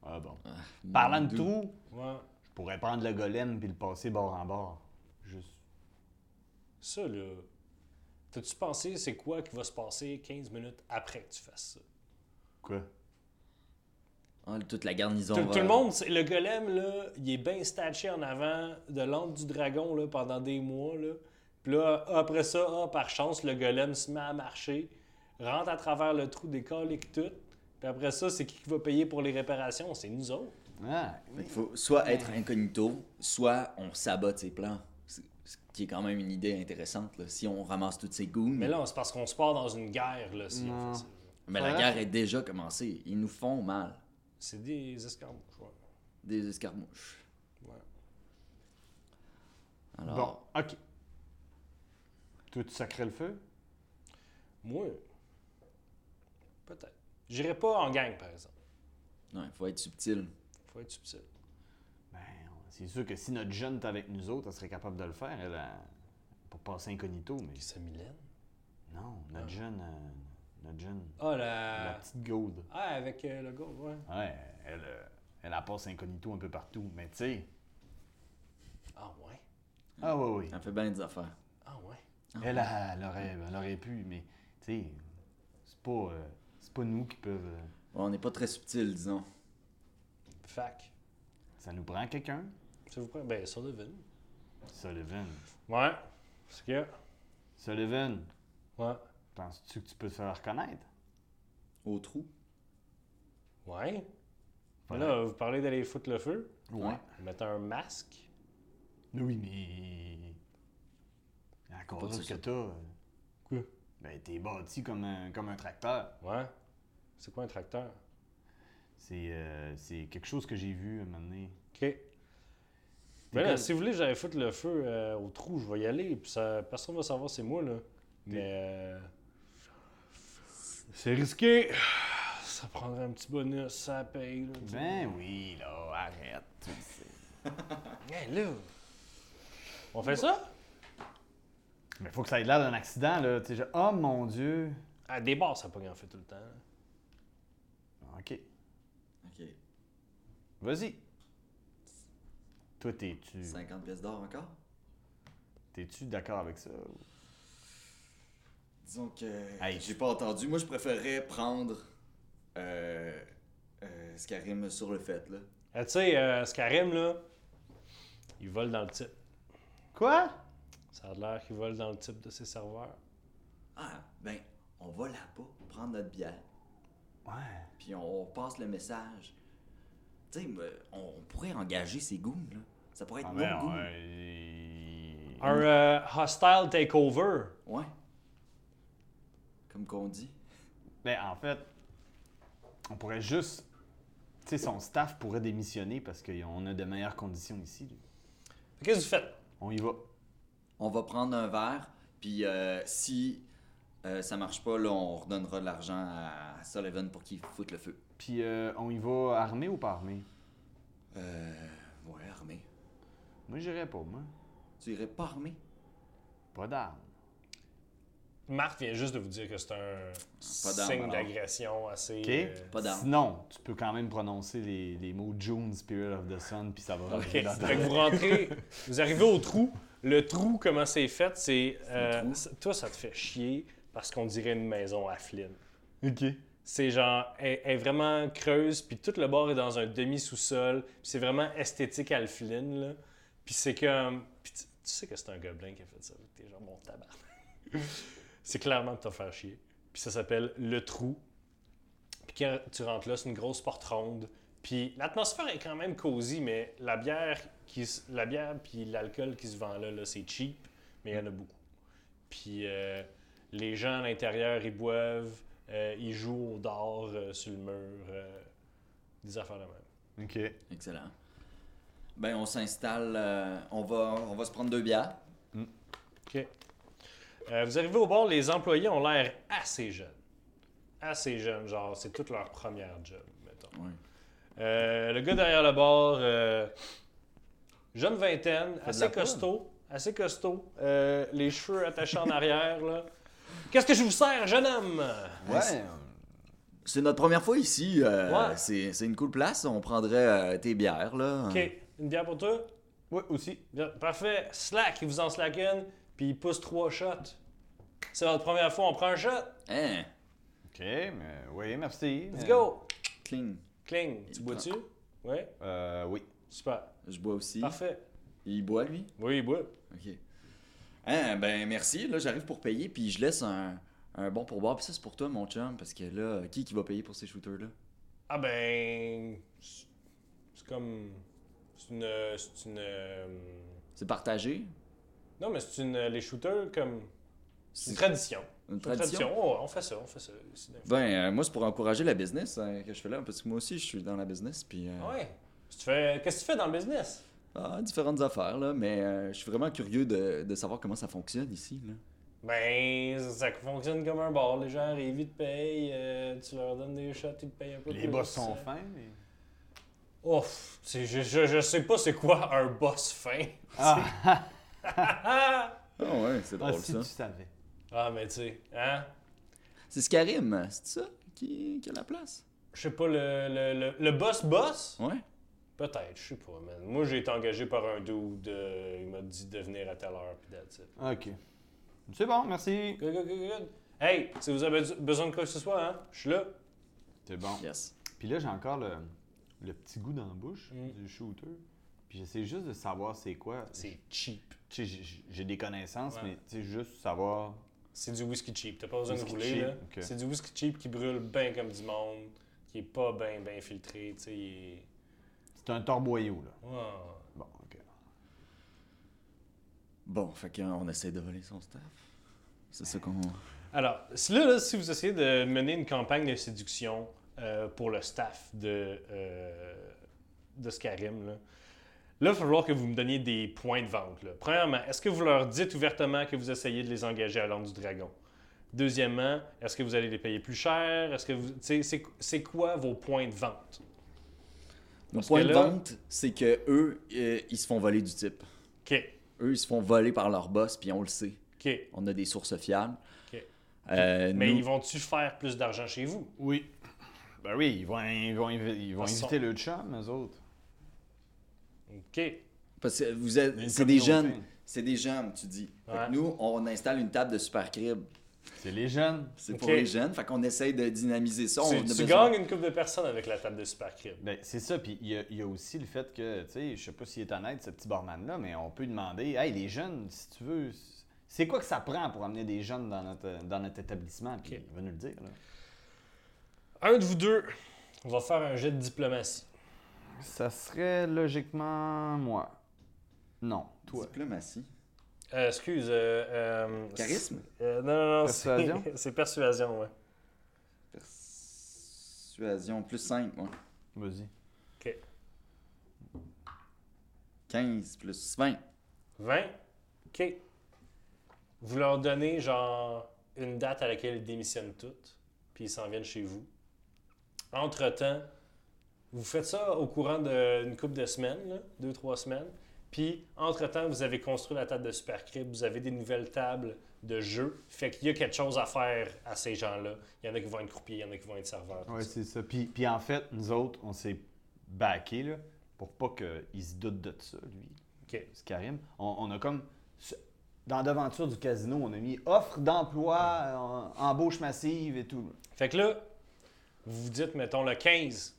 C: Ah bon.
B: Ah,
C: Parlant
B: Mandou.
C: de trou,
A: Ouais.
C: je pourrais prendre le golem puis le passer bord en bord. Juste.
A: Ça, là. T'as-tu pensé c'est quoi qui va se passer 15 minutes après que tu fasses ça?
C: Quoi?
B: Ah, toute la garnison.
A: Tout,
B: va-
A: tout le monde, c'est- le golem, là, il est bien staché en avant de l'antre du dragon là, pendant des mois. Là. Puis là, après ça, ah, par chance, le golem se met à marcher, rentre à travers le trou des coliques tout. Puis après ça, c'est qui qui va payer pour les réparations? C'est nous autres.
C: Ah,
B: Fait qu'il faut soit être incognito, soit on sabote ses plans. C'est- Ce qui est quand même une idée intéressante. là. Si on ramasse toutes ces goons.
A: Mais là, c'est parce qu'on se part dans une guerre, là, si on
C: Non.
A: fait ça.
B: mais la
C: Ouais.
B: guerre est déjà commencée. Ils nous font mal.
A: C'est des escarmouches, ouais.
B: Des escarmouches.
A: Ouais.
B: Alors,
C: Bon, ok. Toi, tu sacrais le feu?
A: Moi, peut-être. J'irai pas en gang, par exemple.
B: il faut être subtil.
A: Faut être subtil.
C: Ben, c'est sûr que si notre jeune est avec nous autres, elle serait capable de le faire, elle, elle, pour passer incognito, mais
A: Puis c'est Mylène.
C: non, notre
A: Ah.
C: jeune, euh, notre jeune,
A: Ah,
C: la
A: la.
C: petite gold.
A: Ah, avec euh, le gars, ouais.
C: Ouais, elle, euh, elle a passe incognito un peu partout, mais tu sais.
A: Ah, ouais.
C: Ah oui, oui.
B: Ça fait bien des affaires.
A: Ah, ouais.
C: Elle, a- elle aurait, elle aurait pu, mais tu sais, c'est pas, euh, c'est pas nous qui peuvent. euh,
B: Ouais, on n'est pas très subtil, disons.
A: Fac.
C: ça nous prend quelqu'un,
A: Ça vous prend. Ben, Sullivan.
C: Sullivan.
A: Ouais. C'est que.
C: Sullivan,
A: Ouais.
C: penses-tu que tu peux te faire reconnaître?
B: Au trou.
A: Ouais. Mais Là, vous parlez d'aller foutre le feu.
B: Ouais.
A: Mettre un masque.
C: Oui, mais. Encore
B: Pas de
C: là que
B: ça.
C: t'as. euh,
A: Quoi?
C: Ben, t'es bâti comme un, comme un tracteur.
A: Ouais. C'est quoi un tracteur?
C: C'est euh, c'est quelque chose que j'ai vu à un moment donné.
A: OK. Mais Ben là,
C: comme-
A: si vous voulez, j'allais foutre le feu euh, au trou, je vais y aller, puis ça, personne va savoir c'est moi, là. Mais... euh, C'est risqué. Ça prendrait un petit bonus, ça paye, là. tu
C: Ben oui, là, arrête. tu le sais.
A: sais. Hey, là! On fait ça?
C: Mais faut que ça ait l'air d'un accident, là. Tu sais, genre, oh mon Dieu.
A: À des bars, ça pas grand fait tout le temps. hein.
C: Ok,
B: OK.
C: vas-y. Toi, t'es-tu
B: 50 pièces d'or encore?
C: t'es-tu d'accord avec ça?
B: Disons que.
C: Hey,
B: j'ai pas entendu. Moi, je préférerais prendre. Euh. euh, ce qui rime sur le fait, là.
A: Ah, tu sais, euh, Scarim, là, il vole dans le type.
C: Quoi?
A: Ça a l'air qu'il vole dans le type de ses serveurs.
B: Ah, ben, on va là-bas, prendre notre bière,
C: Ouais.
B: puis on passe le message. Tu sais, me- on, on pourrait engager ces goons, là. Ça pourrait être
C: Ah,
B: mon
C: mais non,
B: goût.
C: hein, il-
A: Un euh, hostile takeover.
B: Ouais. Comme qu'on dit.
C: Mais Ben, en fait, on pourrait juste. Tu sais, son staff pourrait démissionner parce qu'on a de meilleures conditions ici. là.
A: Qu'est-ce que vous faites?
C: On y va.
B: On va prendre un verre, puis euh, si euh, ça marche pas, là, on redonnera de l'argent à Sullivan pour qu'il foute le feu.
C: Puis euh, on y va armé ou pas armé
B: Euh. Ouais, armé.
C: Moi, j'irais pas, moi.
B: Tu irais pas armé?
C: Pas d'armes.
A: Marc vient juste de vous dire que c'est un
B: d'armes,
A: signe
B: alors.
A: d'agression assez.
C: OK
A: euh,
B: Pas d'armes.
C: Sinon, tu peux quand même prononcer les, les mots June, Spirit of the Sun, puis ça va
A: OK.
C: rentrer dans-
A: Fait que vous rentrez, vous arrivez au trou. Le trou, comment c'est fait, c'est. euh,
B: trou.
A: ça- toi, ça te fait chier parce qu'on dirait une maison à Flynn.
C: OK.
A: C'est genre, elle, elle est vraiment creuse, puis tout le bord est dans un demi-sous-sol. puis C'est vraiment esthétique à le Flynn, là. Puis c'est comme. Puis tu, tu sais que c'est un gobelin qui a fait ça. T'es genre, mon tabarnak. [laughs] c'est clairement de te faire chier. Puis ça s'appelle Le Trou. Puis quand tu rentres là, c'est une grosse porte ronde. Puis l'atmosphère est quand même cosy, mais la bière, qui, s- la bière puis l'alcool qui se vend là, là, c'est cheap, mais il y en a beaucoup. Puis euh, les gens à l'intérieur, ils boivent, euh, ils jouent au dard euh, sur le mur, euh, des affaires de même.
C: OK.
B: Excellent. Ben, on s'installe, euh, on, va, on va se prendre deux bières.
A: OK. Euh, vous arrivez au bord, les employés ont l'air assez jeunes. Assez jeunes, genre, c'est toute leur première job, mettons.
B: Ouais.
A: Euh, le gars derrière le bar, euh, jeune vingtaine,
C: Fait de la
A: assez costaud, assez costaud, euh, les cheveux attachés en arrière, là. Qu'est-ce que je vous sers, jeune homme?
C: Ouais.
B: C'est notre première fois ici. euh,
A: Ouais.
B: C'est c'est une cool place. On prendrait euh, tes bières, là.
A: OK, une bière pour toi?
C: Ouais, aussi.
A: Bien, Parfait. Slack, il vous en slack une, puis il pousse trois shots. C'est votre première fois, on prend un shot.
B: Hein?
C: OK, mais oui, merci.
A: Let's
C: mais-
A: go.
B: Cling.
A: Cling, tu
B: Il
A: bois-tu? Oui?
C: Euh, oui.
A: Super.
B: Je bois aussi.
A: Parfait.
B: Il boit, lui?
A: Oui, il boit.
B: OK. Hein, ben, merci. Là, j'arrive pour payer, puis je laisse un, un bon pourboire. Puis ça, c'est pour toi, mon chum, parce que là, qui qui va payer pour ces shooters-là?
A: Ah ben... C'est c'est comme... C'est une... C'est une... euh,
B: C'est partagé?
A: Non, mais c'est une... Les shooters, comme... C'est une
B: C'est
A: tradition.
B: une
A: C'est une
B: tradition?
A: Oh, on fait ça, on fait ça. C'est dingue.
B: Ben, euh, moi, c'est pour encourager la business hein, que je fais là, parce que moi aussi, je suis dans la business, puis... euh,
A: Ah Ouais. Si tu fais- Qu'est-ce que tu fais dans le business?
B: Ah, différentes affaires, là, mais euh, je suis vraiment curieux de, de savoir comment ça fonctionne ici. Là.
A: Ben, ça fonctionne comme un bar. Les gens arrivent, ils te payent, euh, tu leur donnes des shots, ils te payent un peu
C: Les
A: plus.
C: boss sont
A: Euh,
C: fins. mais-
A: Ouf, c'est- je, je, je sais pas c'est quoi un boss fin.
C: Ah, [laughs]
A: Ah,
B: Ah ouais, c'est
C: ah,
B: drôle
C: si
B: ça.
C: tu savais.
A: ah mais tu sais, hein?
B: C'est Scarim, c'est ça qui, qui a la place?
A: Je sais pas, le, le, le, le boss boss?
B: Ouais.
A: Peut-être, je sais pas, man. Moi, j'ai été engagé par un dude, euh, il m'a dit de venir à telle heure, puis that's it.
C: OK. C'est bon, merci.
A: Good, good, good, good. Hey, si vous avez besoin de quoi que ce soit, hein? Je suis là.
C: C'est bon.
B: Yes.
C: Puis là, j'ai encore le, le petit goût dans la bouche
A: Mm.
C: du shooter. Puis j'essaie juste de savoir c'est quoi.
A: C'est cheap.
C: Tu sais, j'ai- j'ai des connaissances,
A: Ouais.
C: mais tu sais, juste savoir.
A: C'est du whisky cheap. T'as pas besoin
C: Whisky
A: de rouler,
C: cheap,
A: là.
C: ok.
A: C'est du whisky cheap qui brûle bien comme du monde, qui est pas bien, bien filtré, tu sais. il est-
C: C'est un torboyau, là.
A: Oh.
C: Bon, OK.
B: Bon, fait qu'on essaie de voler son staff. C'est ça qu'on...
A: Alors, si là, là, si vous essayez de mener une campagne de séduction euh, pour le staff de, euh, de Skyrim, là, là, il va falloir que vous me donniez des points de vente. là. Premièrement, est-ce que vous leur dites ouvertement que vous essayez de les engager à l'ordre du dragon? Deuxièmement, est-ce que vous allez les payer plus cher? Est-ce que vous. tu sais, C'est c'est quoi vos points de vente?
B: Mon
A: Parce
B: point
A: que
B: de
A: là-
B: vente, c'est que eux, euh, ils se font voler du type.
A: OK.
B: Eux, ils se font voler par leur boss, puis on le sait.
A: OK.
B: On a des sources fiables.
A: Ok.
B: Euh,
A: Mais
B: nous-
A: ils vont-tu faire plus d'argent chez vous?
C: Oui. Ben oui, ils vont, ils vont, invi- ils vont
A: Parce qu'ils
C: inviter le chum, eux autres.
A: OK.
B: Parce que vous êtes...
C: Il y a une
B: C'est des
C: communauté.
B: jeunes. C'est des jeunes, tu dis. Fait que
A: Ouais.
B: nous, on installe une table de super crib.
C: C'est les jeunes.
B: C'est
A: Ok.
B: pour les jeunes, fait qu'on essaye de dynamiser ça.
A: Tu,
B: on a
A: tu
B: besoin-
A: gagnes une coupe de personnes avec la table de Super Crib.
C: Ben, c'est ça. Puis il y, a- il y a aussi le fait que, tu sais, je sais pas s'il est honnête, ce petit barman-là, mais on peut demander Hey, les jeunes, si tu veux, c'est quoi que ça prend pour amener des jeunes dans notre, dans notre établissement Puis
A: Ok.
C: il va nous le dire, là.
A: Un de vous deux va faire un jet de diplomatie.
C: Ça serait logiquement moi. Non, toi.
B: Diplomatie.
A: Euh, excuse. euh, euh,
B: Charisme.
A: c'est- euh, non, non, non. c'est-
C: Persuasion?
A: C'est [laughs] persuasion, ouais.
B: Persuasion. Plus 5, ouais.
C: Vas-y.
B: 15 plus 20.
A: 20. OK. Vous leur donnez, genre, une date à laquelle ils démissionnent toutes, puis ils s'en viennent chez vous. Entre-temps, vous faites ça au courant d'une couple de semaines, là, deux, trois semaines. Puis, entre-temps, vous avez construit la table de Super Crib, vous avez des nouvelles tables de jeu. Fait qu'il y a quelque chose à faire à ces gens-là. Il y en a qui vont être croupiers, il y en a qui vont être serveurs. tout
C: Ouais,
A: ça.
C: c'est ça. Puis, puis en fait, nous autres, on s'est baqués là, pour pas qu'il se doute de ça, lui.
A: OK.
C: C'est Karim. On, on a comme. ce- Dans l'aventure du casino, on a mis offre d'emploi, euh, embauche massive et tout.
A: Fait que là, vous vous dites, mettons, le 15,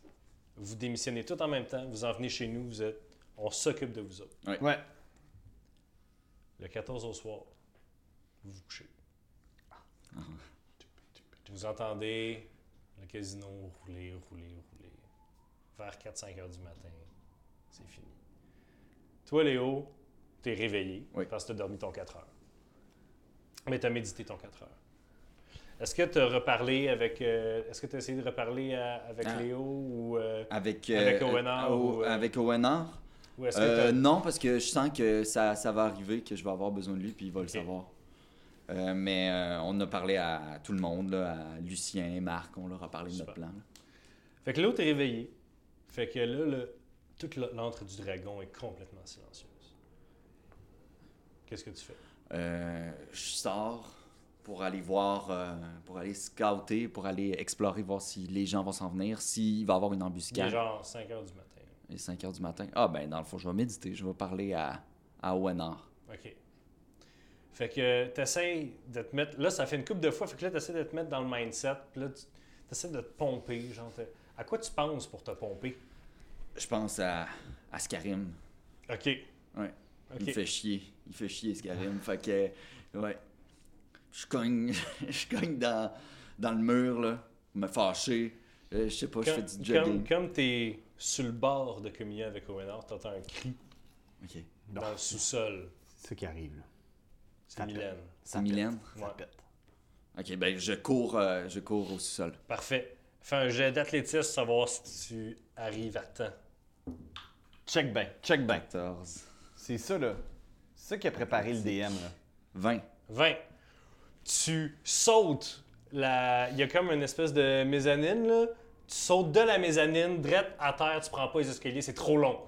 A: vous démissionnez tout en même temps, vous en venez chez nous, vous êtes, on s'occupe de vous autres.
C: Ouais.
A: Le 14 au soir, vous vous couchez.
B: Ah.
A: Vous entendez le casino rouler, rouler, rouler. Vers 4-5 heures du matin, c'est fini. Toi, Léo, t'es réveillé
B: Oui.
A: parce que t'as dormi ton 4 heures. Mais t'as médité ton 4 heures. Est-ce que t'as reparlé avec. euh, Est-ce que t'as essayé de reparler à- avec
B: Ah.
A: Léo ou, euh,
B: Avec, euh,
A: Avec Owenard
B: euh,
A: ou, euh,
B: Avec Owenard.
A: ou est-ce que
B: Euh,
A: t'as-
B: non, parce que je sens que ça, ça va arriver, que je vais avoir besoin de lui, puis il va
A: Ok.
B: le savoir. Euh, mais euh, on a parlé à tout le monde, là, à Lucien, Marc, on leur a parlé de
A: Super.
B: notre plan. là.
A: Fait que l'autre est réveillé. Fait que là, le- toute la- l'antre du dragon est complètement silencieuse. Qu'est-ce que tu fais?
B: Euh, je sors pour aller voir, euh, pour aller scouter, pour aller explorer, voir si les gens vont s'en venir, s'il va y avoir une
A: Il est
B: embuscade.
A: genre 5 heures du matin.
B: Il est 5 heures du matin. Ah, ben, dans le fond, je vais méditer, je vais parler à, à Owenard.
A: OK. Fait que t'essayes de te mettre. Là, ça fait une couple de fois. Fait que là, t'essayes de te mettre dans le mindset. Puis là, tu essaies de te pomper. Genre, t'es- à quoi tu penses pour te pomper?
B: Je pense à, à Scarim.
A: OK.
B: Ouais. Il me
A: OK.
B: fait chier. Il fait chier, ce Karim. fait que, ouais. Je cogne, [laughs] je cogne dans, dans le mur, là. Me fâcher. Euh, je sais pas, je fais du
A: Comme,
B: jogging.
A: comme, comme t'es sur le bord de communier avec Owenard, t'entends un cri
B: Ok.
A: dans le sous-sol.
C: C'est ça qui arrive, là.
A: C'est Mylène.
B: C'est Mylène.
C: Ça
A: Ouais.
C: pète.
B: Ok, ben, je cours, euh, je cours au sol.
A: Parfait. Fais un jet d'athlétisme, savoir si tu arrives à temps.
C: Check back, check back.
B: 14.
C: C'est ça, là. C'est ça qui a préparé le DM, là.
B: [laughs] 20.
A: 20. Tu sautes. La... Il y a comme une espèce de mezzanine, là. Tu sautes de la mezzanine, drette à terre, tu prends pas les escaliers, c'est trop long.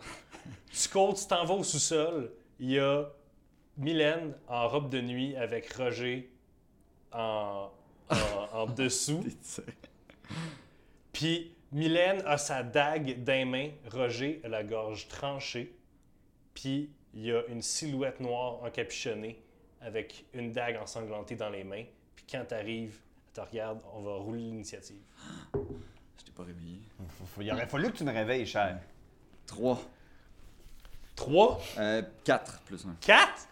A: tu cours, tu t'en vas au sous-sol. Il y a Mylène en robe de nuit avec Roger en, en- en dessous. Puis Mylène a sa dague dans les mains, Roger a la gorge tranchée. Puis il y a une silhouette noire encapuchonnée avec une dague ensanglantée dans les mains. Puis quand t'arrives, elle te regarde, on va rouler l'initiative.
B: Je t'ai pas réveillé.
C: Faut- faut- Il aurait fallu que tu me réveilles, cher.
B: 3.
A: 3,
B: Euh, 4 plus 1.
A: 4?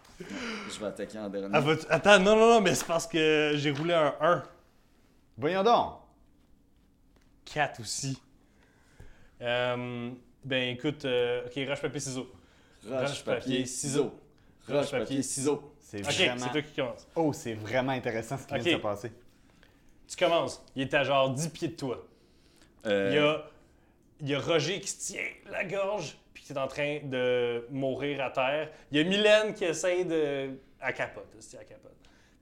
B: Je vais attaquer en dernier.
A: Ah, Attends, non, non, non, mais c'est parce que j'ai roulé un 1.
C: Voyons donc.
A: 4 aussi. Euh, ben écoute, euh, ok, roche, papier, ciseaux.
B: Roche, papier, ciseaux. Roche, papier, ciseaux.
C: C'est
A: Ok,
C: vraiment...
A: c'est toi qui commence.
C: Oh, c'est vraiment intéressant ce qui
A: Ok.
C: vient de se passer.
A: Tu commences. Il est à genre 10 pieds de toi. Il y,
B: Euh,
A: a, il y a Roger qui se tient la gorge, puis qui est en train de mourir à terre. Il y a Mylène qui essaie de. à capote, c'est à capote.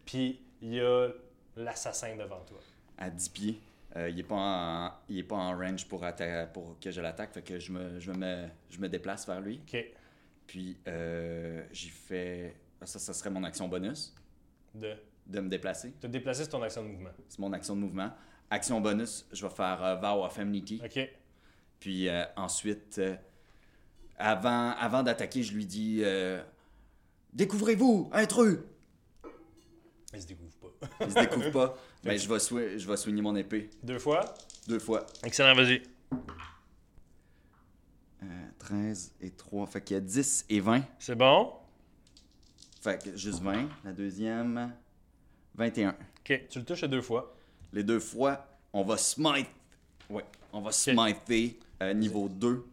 A: Puis il y a l'assassin devant toi.
B: à 10 pieds. Euh, il est pas en, il est pas en range pour, atta- pour que je l'attaque, fait que je me, je me, je me déplace vers lui.
A: OK.
B: Puis euh, j'y fais. ah, Ça, ça serait mon action bonus
A: De
B: de me déplacer.
A: te déplacer sur ton action de mouvement.
B: C'est mon action de mouvement. Action bonus, je vais faire euh, Vow of Enmity.
A: OK.
B: Puis euh, ensuite, euh, avant, avant d'attaquer, je lui dis euh, Découvrez-vous, intrus
A: Il se découvre pas.
B: Il se découvre pas. Mais je vais, swi- je vais soigner mon épée
A: [laughs] Deux fois.
B: deux fois.
A: Excellent, vas-y.
B: Euh, 13 et 3, fait qu'il y a 10 et 20.
A: C'est bon.
B: Fait que juste 20. La deuxième, 21.
A: OK. Tu le touches à deux fois.
B: Les deux fois, on va smite. Ouais, on va [laughs] smiter euh, niveau 2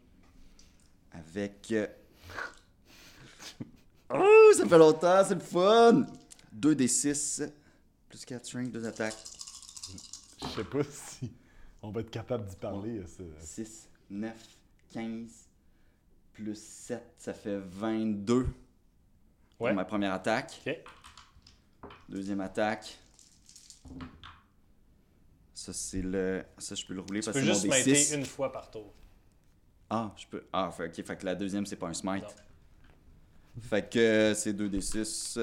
B: avec euh, Oh, ça fait longtemps, c'est le fun! 2 des 6, plus 4 strength, 2 attaques.
C: Je sais pas si on va être capable d'y parler. ça.
B: 6, 9, 15, plus 7, ça fait 22 pour
A: Ouais.
B: ma première attaque.
A: Ok.
B: Deuxième attaque. Ça, c'est le. Ça, je peux le rouler
A: Tu
B: parce
A: peux
B: que c'est
A: juste
B: mon D6.
A: mater une fois par tour.
B: Ah, je peux. Ah, fait, ok, fait que la deuxième, c'est pas un smite.
A: Non.
B: Fait que euh, c'est 2d6.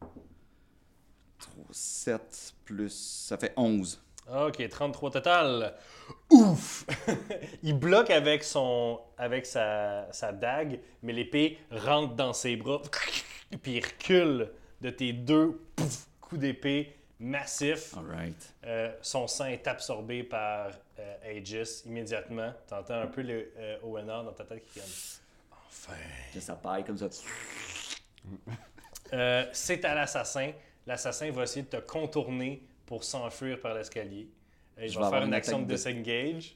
B: 3, 7 plus. Ça fait 11.
A: Ok, 33 total. Ouf! [laughs] il bloque avec son avec sa, sa dague, mais l'épée rentre dans ses bras. [laughs] Puis il recule de tes deux pouf, coups d'épée massifs.
B: Alright.
A: Euh, son sang est absorbé par euh, Aegis immédiatement. T'entends un peu le euh, ONR dans ta tête qui gagne. Enfin.
B: Que ça paille comme ça.
A: Euh, c'est à l'assassin. L'assassin va essayer de te contourner pour s'enfuir par l'escalier. Et
B: Je
A: Il
B: vais
A: va
B: avoir
A: faire une
B: une
A: action de
B: attaque
A: disengage.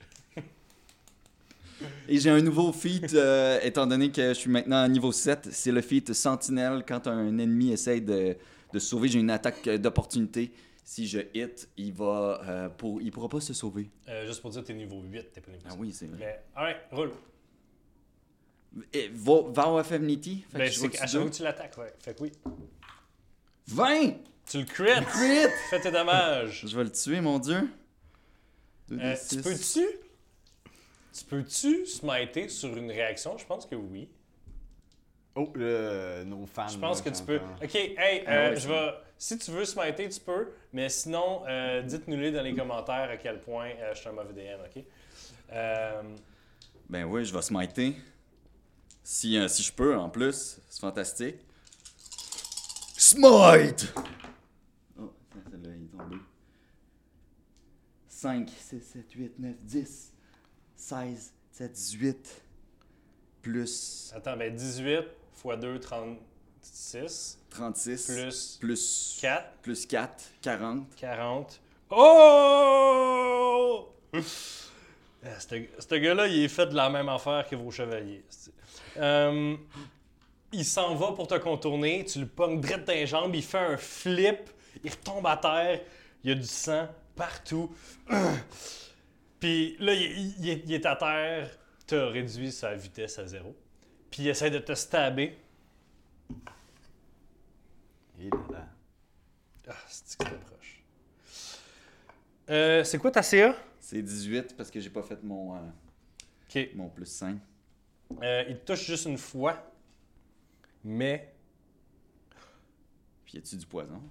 B: Et j'ai un nouveau feat, euh, [laughs] étant donné que je suis maintenant à niveau 7. C'est le feat sentinelle. Quand un ennemi essaye de, de se sauver, j'ai une attaque euh, d'opportunité. Si je hit, il va. euh, pour... Il pourra pas se sauver.
A: Euh, juste pour dire, t'es niveau 8, t'es pas niveau 7.
B: Ah oui, c'est vrai.
A: Mais, alright, roule.
B: Et, va, va au FMNity. E Fait
A: Ben,
B: que je
A: c'est
B: roule-tu
A: qu'à chaque fois
B: deux?
A: que tu l'attaques, ouais. Fait que oui.
B: 20!
A: Tu le crits!
B: Crit!
A: Fais tes dommages!
B: Je vais le tuer, mon dieu. Deux
A: Euh,
B: des
A: tu
B: six.
A: peux-tu? Tu peux-tu smiter sur une réaction? Je pense que oui.
C: Oh, le- nos fans.
A: Je pense
C: là,
A: que tu peux.
C: j'entends.
A: Ok, hey,
B: Ah
A: euh,
B: ouais,
A: je
B: c'est
A: vais. Si tu veux smiter, tu peux. Mais sinon, euh, dites-nous les dans les commentaires à quel point euh, je suis un mauvais DM, ok? Euh,
B: Ben oui, je vais smiter. Si, euh, si je peux, en plus. C'est fantastique. Smite! Oh, ça, celle-là, il est tombé. 5, 6, 7, 8, 9, 10, 16, 17, 18, plus
A: attends, ben 18 x 2, 36.
B: 36,
A: Plus
B: plus
A: 4,
B: plus 4, 40.
A: 40. Oh! [laughs] Ah, c'te- Ce gars-là, il est fait de la même affaire que vos chevaliers. c'ti. Euh, il s'en va pour te contourner, tu le pognes direct dans les jambes, il fait un flip, il retombe à terre, il y a du sang partout. [clears throat] Puis là, il, il est- il est à terre, t'as réduit sa vitesse à zéro. Puis il essaie de te stabber.
C: Et Eh là, là.
A: Ah, c'est que c'est proche. Euh, c'est quoi ta CA?
B: C'est 18 parce que j'ai pas fait mon, euh,
A: Ok.
B: mon plus 5.
A: Euh, il te touche juste une fois, mais
B: Puis y a-tu du poison?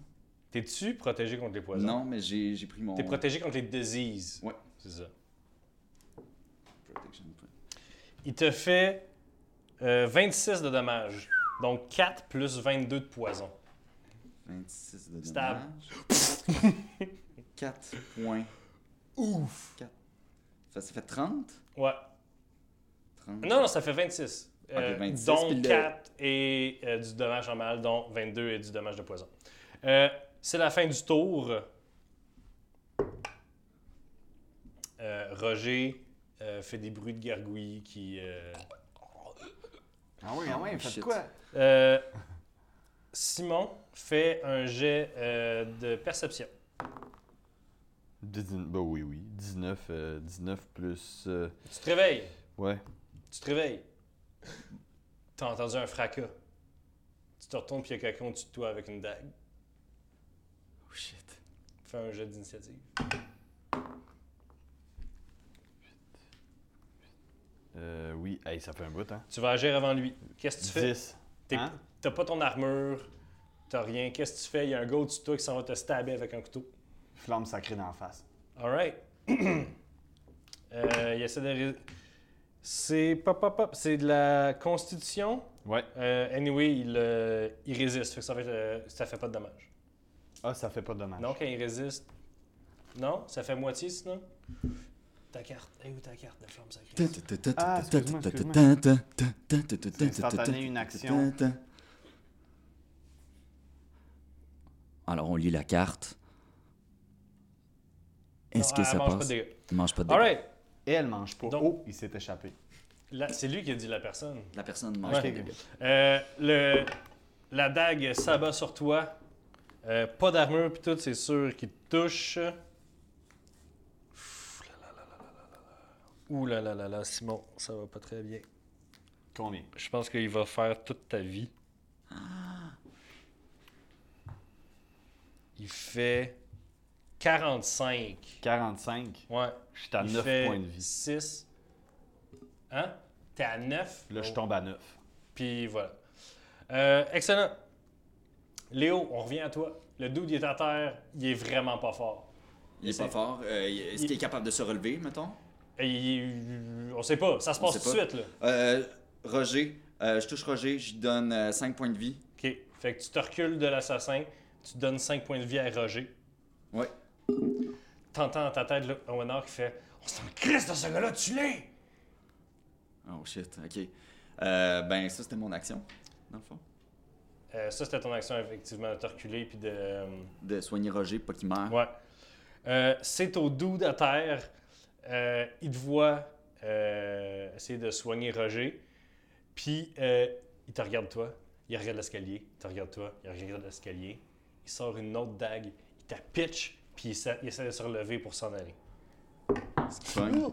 A: t'es-tu protégé contre les poisons?
B: Non, mais j'ai j'ai pris mon.
A: T'es protégé contre les diseases.
B: Ouais.
A: C'est ça.
B: Protection point.
A: Il te fait euh, 26 de dommages. Donc 4 plus 22 de poison.
B: 26 de
A: Stab.
B: dommage. 4 points.
A: Ouf!
B: Ça, ça fait 30?
A: Ouais.
B: 30.
A: Non, non, ça fait 26. Euh,
B: 26,
A: dont
B: puis le-
A: 4 et euh, du dommage en mal, dont 22 et du dommage de poison. Euh, C'est la fin du tour. Euh, Roger euh, fait des bruits de gargouilles qui. euh,
C: Ah oui, ah oui,
B: Oh,
C: faites
B: shit.
C: quoi?
A: Euh, Simon fait un jet euh, de perception.
C: Dix- Bah oui, oui. 19, euh, 19 plus. euh,
A: Tu te réveilles.
C: ouais.
A: Tu te réveilles. T'as entendu un fracas. Tu te retournes puis il y a quelqu'un au-dessus de toi avec une dague.
B: Oh shit.
A: Fais un jet d'initiative.
C: Euh, oui, hey, ça fait un bout, hein?
A: Tu vas agir avant lui. Qu'est-ce que tu fais?
C: 10.
A: T'es-
C: hein?
A: T'as pas ton armure. T'as rien. Qu'est-ce que tu fais? Il y a un gars au-dessus de toi qui s'en va te stabber avec un couteau.
C: Flamme sacrée d'en face.
A: Alright. [clears throat] euh, il essaie de. ré- C'est. pop, pop, pop. C'est de la constitution.
C: Ouais.
A: Euh, anyway, il, euh, il résiste. Fait que ça, fait, euh, ça fait pas de dommage.
C: Ah, ça fait pas de dommage.
A: Non, quand il résiste. Non, ça fait moitié sinon. Ta carte. Et où ta carte de flamme sacrée?
C: Ah, excuse-moi, C'est instantané, une action.
B: Alors, on lit la carte. Est-ce
A: Non,
B: que
A: elle
B: ça
A: mange pas
B: passe?
A: de dégâts.
B: Il mange pas de dégâts.
A: Alright.
C: Et elle mange pas.
A: Donc-
C: Oh, il s'est échappé.
A: La- C'est lui qui a dit la personne.
B: La personne mange
A: Ouais.
B: des bébés.
A: Euh, le, la dague s'abat sur toi. Euh, pas d'armure, puis tout, c'est sûr qu'il te touche. Ouh là là là là là là là. Ouh là là là là, Simon, ça va pas très bien.
C: Combien
A: Je pense qu'il va faire toute ta vie. Il fait 45.
C: 45.
A: Ouais.
C: Je suis à
A: Il
C: 9
A: fait
C: points de vie.
A: 6. Hein? T'es à 9?
C: Là, je tombe à 9.
A: Puis voilà. Euh, excellent. Léo, on revient à toi. Le dude, il est à terre. Il est vraiment pas fort.
B: Il est pas fort. Euh, il- Est-ce qu'il est capable de se relever, mettons?
A: Et il- on sait pas. Ça se
B: On
A: passe
B: sait
A: tout de
B: pas.
A: suite, là.
B: Euh, Roger, euh, je touche Roger, je lui donne 5 points de vie.
A: OK. Fait que tu te recules de l'assassin. Tu donnes 5 points de vie à Roger.
B: Ouais.
A: T'entends dans ta tête, là, Owenard qui fait « On s'en crisse de ce gars-là, tu l'es!
B: Oh shit, ok. Euh, ben ça c'était mon action, dans le fond.
A: Euh, Ça, c'était ton action, effectivement, de te reculer puis de... euh,
B: De soigner Roger pour pas qu'il meure.
A: Ouais. Euh, c'est au dude à terre. Euh, il te voit euh, essayer de soigner Roger. Puis euh, il te regarde, toi. Il regarde l'escalier. Il te regarde, toi. Il regarde l'escalier. Il sort une autre dague. Il t'a pitch. Puis il, essa- il essaie de se relever pour s'en aller.
B: Est-ce qu'il pogne?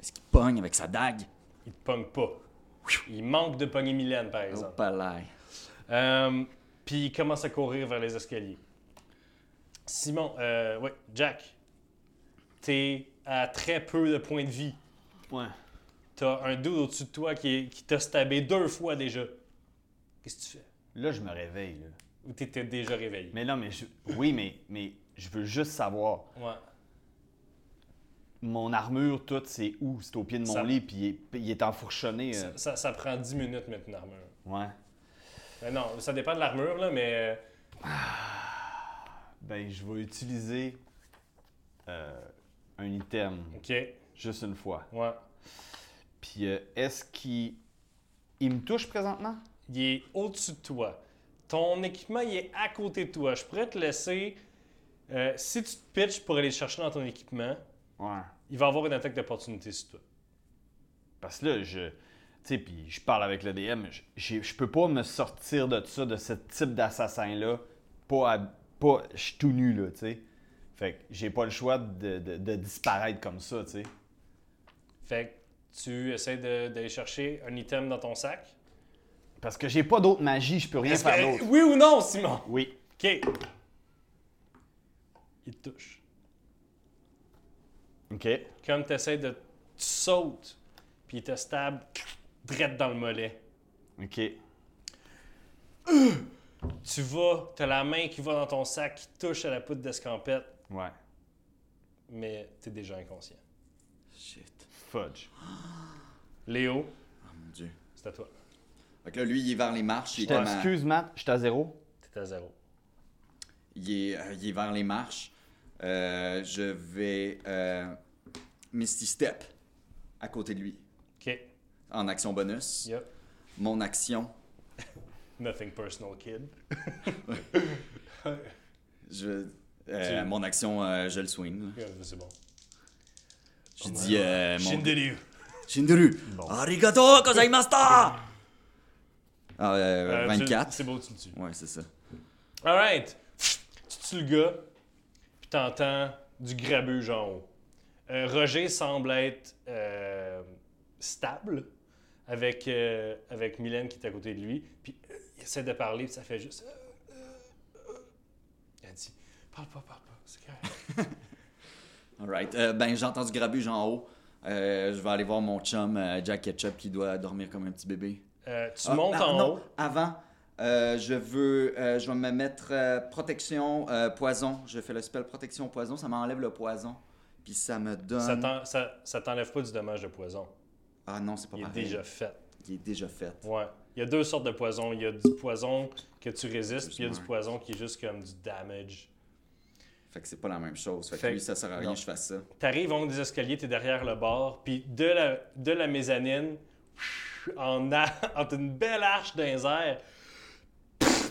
B: Est-ce qu'il pogne avec sa dague?
A: Il te pogne pas. Il manque de pogner Mylène, par
B: Oh
A: exemple.
B: palais.
A: Euh, puis il commence à courir vers les escaliers. Simon, euh, ouais, Jack, t'es à très peu de points de vie.
C: Ouais.
A: T'as un dude au-dessus de toi qui, est- qui t'a stabé deux fois déjà. Qu'est-ce que tu fais?
C: Là, je me réveille. là.
A: Ou t'étais déjà réveillé?
C: Mais là, mais je... oui, mais, mais je veux juste savoir.
A: Ouais.
C: Mon armure, tout, c'est où? C'est au pied de mon
A: Ça-
C: lit, puis il est, puis il est enfourchonné. euh.
A: Ça, ça- ça prend 10 minutes mettre une armure.
C: Ouais.
A: Ben non, ça dépend de l'armure, là, mais euh,
C: Ben, je vais utiliser euh, un item
A: euh, OK. Ouais.
C: juste une fois. Puis euh, est-ce qu'il il me touche présentement?
A: Il est au-dessus de toi. Ton équipement, il est à côté de toi. Je pourrais te laisser... euh, si tu te pitches pour aller le chercher dans ton équipement,
C: Ouais.
A: il va avoir une attaque d'opportunité sur toi.
C: Parce que là, je. Tu sais, puis je parle avec le DM, je- j'ai- je peux pas me sortir de ça, de ce type d'assassin-là. Pas. à- pas je suis tout nu, là, tu sais. Fait que j'ai pas le choix de, de- de disparaître comme ça, tu sais.
A: Fait que tu essaies de- d'aller chercher un item dans ton sac.
C: Parce que j'ai pas d'autre magie, je peux rien
A: Est-ce
C: faire
A: que-
C: d'autre.
A: Oui ou non, Simon?
C: Oui.
A: OK. Il te touche.
C: OK.
A: Comme tu essaies de... Tu sautes, puis il te stab drette dans le mollet.
C: OK.
A: Tu vas, t'as la main qui va dans ton sac, qui touche à la poudre d'escampette,
C: Ouais.
A: mais t'es déjà inconscient.
B: Shit.
C: Fudge.
A: Léo,
B: Oh mon dieu.
A: c'est à toi.
B: Fait que là lui il est vers les marches, il est,
C: Je
B: comme à-
C: t'excuse, Matt, je suis à zéro.
A: T'es à zéro.
B: il est, euh, il est vers les marches. Euh, je vais euh, Misty Step à côté de lui
A: OK.
B: en action bonus.
A: Yep.
B: Mon action,
A: Nothing personal, kid.
B: je euh,
A: Tu-
B: mon action euh, je le swing. là.
A: Yeah, C'est bon.
B: Je dis euh, mon
A: Shindelyu.
B: Shinderu.
C: Bon.
B: Arigato gozaimashita!
A: Euh,
B: Ah, euh,
A: tu-
B: 24.
A: C'est beau, tu le tues.
B: Ouais, c'est ça.
A: Alright. Tu tues le gars, puis t'entends du grabuge en haut. Euh, Roger semble être euh, stable avec, euh, avec Mylène qui est à côté de lui. Puis euh, il essaie de parler, puis ça fait juste. euh, euh, euh. Elle dit Parle pas, parle pas, c'est correct.
B: Alright. Euh, ben, j'entends du grabuge en haut. Euh, je vais aller voir mon chum euh, Jack Ketchup qui doit dormir comme un petit bébé.
A: Euh, tu
B: Ah,
A: montes
B: ah,
A: en
B: non,
A: haut.
B: Avant, euh, je veux. euh, je vais me mettre euh, protection euh, poison. Je fais le spell protection poison. Ça m'enlève le poison. Puis ça
A: Ça
B: me donne.
A: t'en- Ça ça t'enlève pas du dommage de poison.
B: ah non, c'est Euh, pas
A: Il est
B: pareil.
A: déjà fait.
B: Il est déjà fait.
A: Ouais. Il y a deux sortes de poison. Il y a du poison que tu résistes, puis il y a du
B: Ouais.
A: poison qui est juste comme du damage.
B: Fait que c'est pas la même chose. Fait,
A: Fait
B: que lui, ça sert à rien
A: non.
B: que je fasse ça.
A: T'arrives en haut des escaliers, t'es derrière le bord, puis de la, de la mezzanine, en, a, [laughs] en une belle arche d'un air,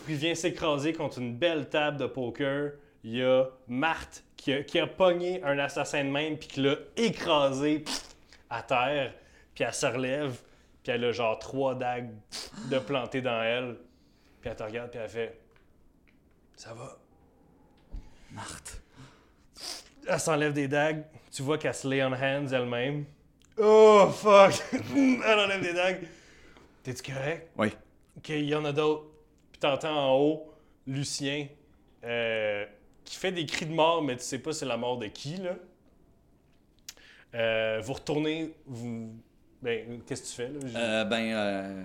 A: puis vient s'écraser contre une belle table de poker. Il y a Marthe qui a, qui a pogné un assassin de même, puis qui l'a écrasé pff, à terre. Puis elle se relève, puis elle a genre trois dagues de plantées dans elle. Puis elle te regarde, puis elle fait Ça va.
B: Marthe.
A: Elle s'enlève des dagues. Tu vois qu'elle se lay on hands elle-même. Oh fuck! [laughs] elle enlève des dagues. T'es-tu correct?
B: Oui.
A: OK, il y en a d'autres. Puis t'entends en haut Lucien euh, qui fait des cris de mort, mais tu sais pas c'est la mort de qui, là. Euh, vous retournez, vous... Ben, qu'est-ce que tu fais, là? J'ai-
B: Euh, ben, euh,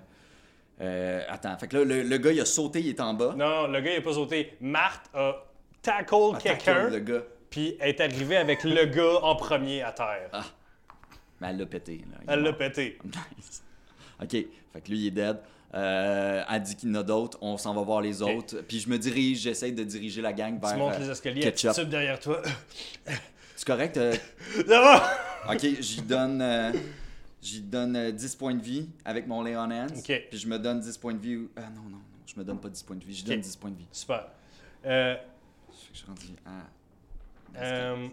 B: euh, attends. Fait que là, le, le gars, il a sauté, il est en bas.
A: Non, le gars, il a pas sauté. Marthe a tackle
B: Ah, tacle,
A: quelqu'un,
B: Le gars.
A: puis est arrivée avec le gars en premier à terre.
B: Mais elle l'a pété. Là. Il est
A: Elle l'a
B: mort. [laughs]
A: pété.
B: Nice. OK. Fait que lui, il est dead. Euh, elle dit qu'il y en a d'autres. On s'en va voir les autres. Puis je me dirige, j'essaye de diriger la gang vers.
A: Tu montes
B: euh,
A: les escaliers, elle
B: ketchup.
A: titube derrière toi. [laughs]
B: C'est correct? euh,
A: Là-bas!
B: OK, j'y donne, euh, j'y donne euh, 10 points de vie avec mon Leon Hands.
A: OK.
B: Puis je me donne 10 points de vie. ou- Ah non, non, non, je me donne pas 10 points de vie. Je
A: OK.
B: donne 10 points de vie.
A: Super. Euh,
B: Fait que Je suis rendu à.
A: Euh,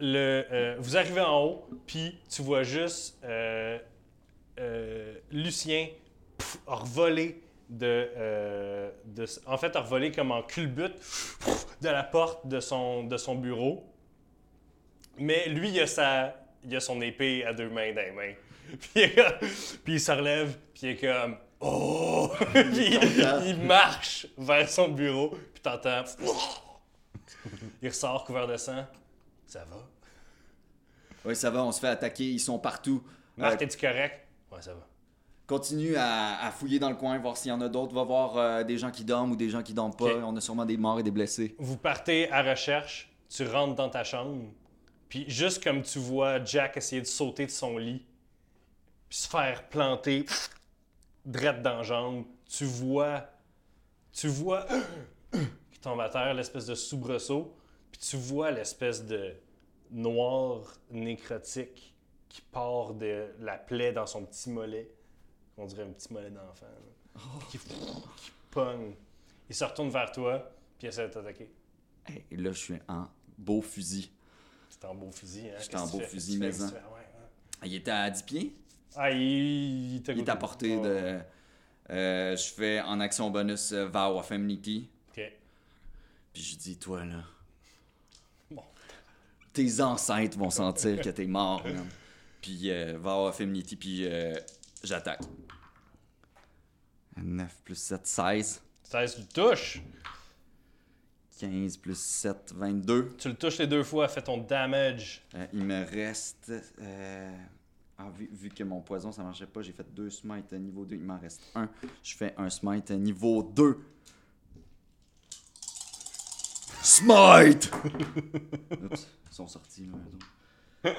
A: le, euh, vous arrivez en haut, puis tu vois juste euh, euh, Lucien pff, revoler de, euh, de- En fait, revoler comme en culbute pff, de la porte de son, de son bureau. Mais lui, il a, sa, il a son épée à deux mains dans les mains. [laughs] Puis, il est comme- puis il se relève, puis il est comme Oh! [laughs] Puis
B: content.
A: il marche vers son bureau, puis t'entends. Il ressort couvert de sang. Ça va?
B: Oui, ça va, on se fait attaquer. Ils sont partout. Euh,
A: Marc, t'es-tu correct? Ouais, ça va.
B: continue à, à fouiller dans le coin, voir s'il y en a d'autres. Va voir euh, des gens qui dorment ou des gens qui dorment pas.
A: OK.
B: On a sûrement des morts et des blessés.
A: Vous partez à recherche, tu rentres dans ta chambre, puis juste comme tu vois Jack essayer de sauter de son lit, puis se faire planter, [sniffs] drette dans la jambe, tu vois, tu vois [sniffs] qui tombe à terre, l'espèce de soubresaut, puis tu vois l'espèce de noir nécrotique qui part de la plaie dans son petit mollet, on dirait un petit mollet d'enfant, là, qui, qui pogne. Il se retourne vers toi, puis il essaie de t'attaquer.
B: Hey, et là, je suis en beau fusil.
A: C'est en beau fusil, hein?
B: J'étais
A: Qu'est-ce
B: en
A: que
B: beau
A: tu fais?
B: fusil,
A: Qu'est-ce que
B: mais
A: tu fais? Ouais, ouais.
B: Il était à 10 pieds.
A: Ah, il, t'a
B: Il est
A: goûté.
B: à portée
A: Ouais.
B: de. Euh, je fais en action bonus euh, Vow of Enmity.
A: Ok.
B: Puis je dis, toi, là.
A: Bon.
B: Tes ancêtres vont sentir que t'es mort, man. Puis euh, va avoir Feminity, puis euh, j'attaque. 9 plus 7, 16.
A: 16, tu le touches.
B: 15 plus 7, 22.
A: Tu le touches les deux fois, fais ton damage.
B: Euh, il me reste. euh, ah, vu, vu que mon poison, ça marchait pas, j'ai fait 2 smites à niveau 2. Il m'en reste un. Je fais un smite à niveau 2. Smite! Oups, ils sont sortis. là, eux autres.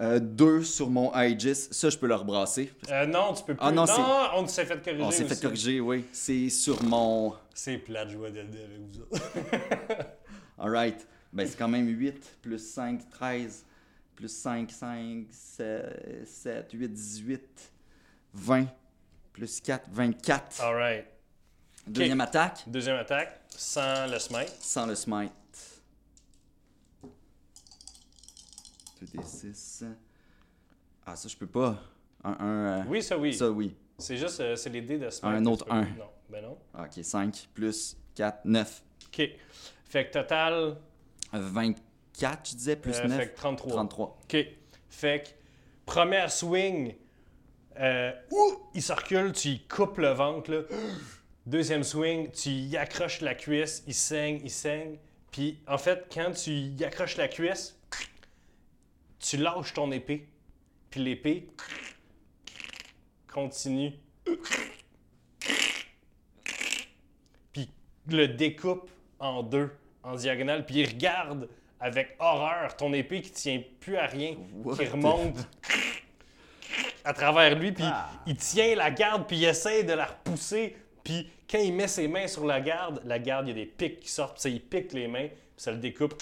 B: Euh, deux sur mon Aegis. Ça, je peux le rebrasser.
A: Euh, non, tu peux plus.
B: Ah, non, c'est-
A: on s'est fait corriger.
B: On s'est fait
A: aussi.
B: corriger, oui. C'est sur mon.
A: C'est plat de jouer à D&D avec vous autres. [laughs]
B: Alright. Ben, c'est quand même 8 plus 5, 13. Plus 5, 5, 7, 8, 18, 20. Plus 4, 24.
A: Alright.
B: Deuxième attaque,
A: Deuxième attaque, sans le smite.
B: sans le smite. 2d6. Ah, ça, je peux pas. Un, un. euh,
A: Oui, ça oui.
B: Ça, oui.
A: C'est juste, euh, c'est les dés de smite.
B: Un autre
A: Tu peux-
B: un.
A: Non, ben non.
B: Ah, Ok, 5 plus 4, 9.
A: Ok. Fait que total,
B: 24, je disais, plus
A: euh,
B: 9.
A: fait que 33.
B: 33.
A: OK. Fait que, première swing, euh, ouh, il se recule, tu y coupes le ventre. là. Deuxième swing, tu y accroches la cuisse, il saigne, il saigne. Puis, en fait, quand tu y accroches la cuisse, tu lâches ton épée. Puis l'épée continue. Puis le découpe en deux, en diagonale. Puis il regarde avec horreur ton épée qui tient plus à rien,
B: What
A: qui
B: the-
A: remonte à travers lui. Puis
C: Ah.
A: il tient la garde, puis il essaie de la repousser. Puis quand il met ses mains sur la garde, la garde, il y a des pics qui sortent. Puis ça, il pique les mains, puis ça le découpe.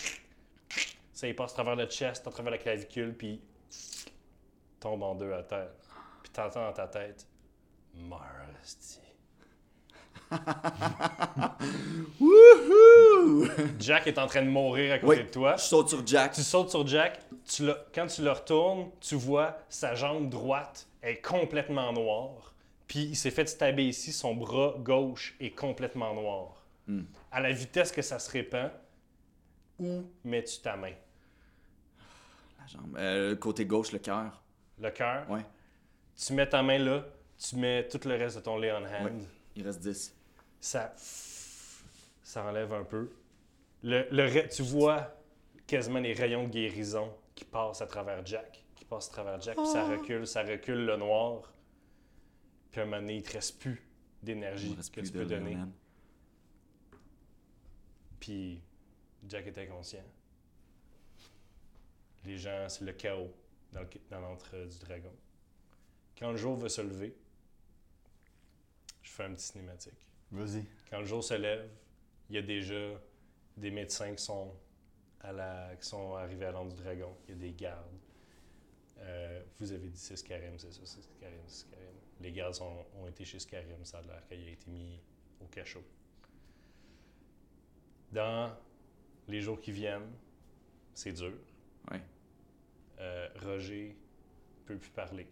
A: Ça, il passe à travers le chest, à travers la clavicule, puis tombe en deux à terre. Puis t'entends dans ta tête, meurs, esti.
B: [laughs] Wouhou!
A: Jack est en train de mourir à côté
B: Oui,
A: de toi.
B: je saute sur Jack.
A: Tu sautes sur Jack, tu le- quand tu le retournes, tu vois sa jambe droite est complètement noire. Puis il s'est fait stabber ici, son bras gauche est complètement noir.
B: Hmm.
A: À la vitesse que ça se répand, où mets-tu ta main?
B: La jambe. Euh, côté gauche, le cœur.
A: Le cœur?
B: Ouais.
A: Tu mets ta main là, tu mets tout le reste de ton lay on hand.
B: Ouais. Il reste 10.
A: ça, ça enlève un peu. Le, le ra- tu vois quasiment les rayons de guérison qui passent à travers Jack, qui passent à travers Jack, puis ça recule, ça recule le noir. Puis à un moment donné, il te reste plus
B: Il
A: d'énergie
B: me reste
A: que
B: plus
A: tu
B: de
A: peux donner.
B: Leonan.
A: Puis Jack est inconscient. Les gens, c'est le chaos dans, le- dans l'entre du dragon. Quand le jour veut se lever, je fais un petit cinématique.
C: Vas-y.
A: quand le jour se lève, il y a déjà des médecins qui sont, à la, qui sont arrivés à l'Anse du Dragon. Il y a des gardes. Euh, vous avez dit c'est Scarim, c'est ça, c'est Scarim, c'est Scarim. Les gardes sont- ont été chez Scarim, ça a l'air qu'il a été mis au cachot. Dans les jours qui viennent, c'est dur.
B: Ouais.
A: Euh, Roger peut plus parler.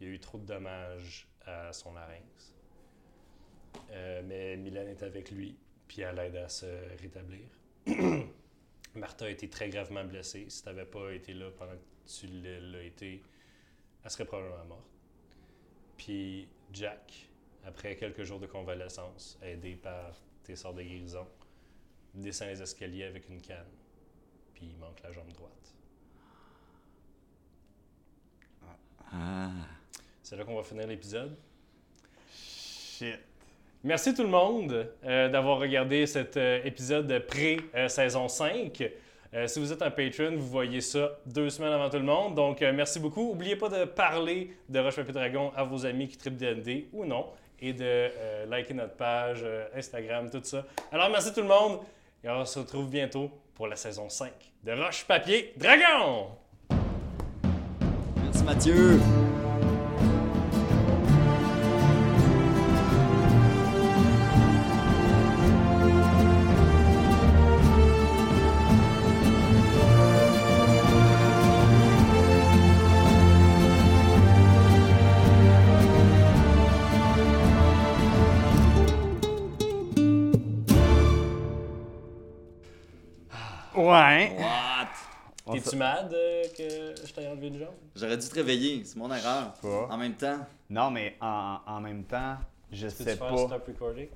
A: Il y a eu trop de dommages à son larynx. Euh, mais Milan est avec lui, puis elle l'aide à se rétablir. [clears throat] Martha a été très gravement blessée. Si tu n'avais pas été là pendant que tu l'as l'as été, elle serait probablement morte. Puis Jack, après quelques jours de convalescence, aidé par tes sorts de guérison, descend les escaliers avec une canne, puis il manque la jambe droite.
B: Ah.
A: C'est là qu'on va finir l'épisode.
C: Shit.
A: Merci tout le monde euh, d'avoir regardé cet euh, épisode pré-saison 5. Euh, si vous êtes un patron, vous voyez ça deux semaines avant tout le monde. Donc, euh, merci beaucoup. N'oubliez pas de parler de Roche Papier Dragon à vos amis qui tripent DND ou non et de euh, liker notre page euh, Instagram, tout ça. Alors, merci tout le monde et on se retrouve bientôt pour la saison 5 de Roche Papier Dragon!
B: Merci Mathieu.
C: Ouais.
B: What?
C: On
A: T'es-tu mad euh, que je t'ai enlevé une jambe?
B: J'aurais dû te réveiller, c'est mon erreur.
C: pas.
B: En même temps,
C: Non, mais en, en même temps, je sais
A: Peux-tu faire
C: pas.
A: stop recording?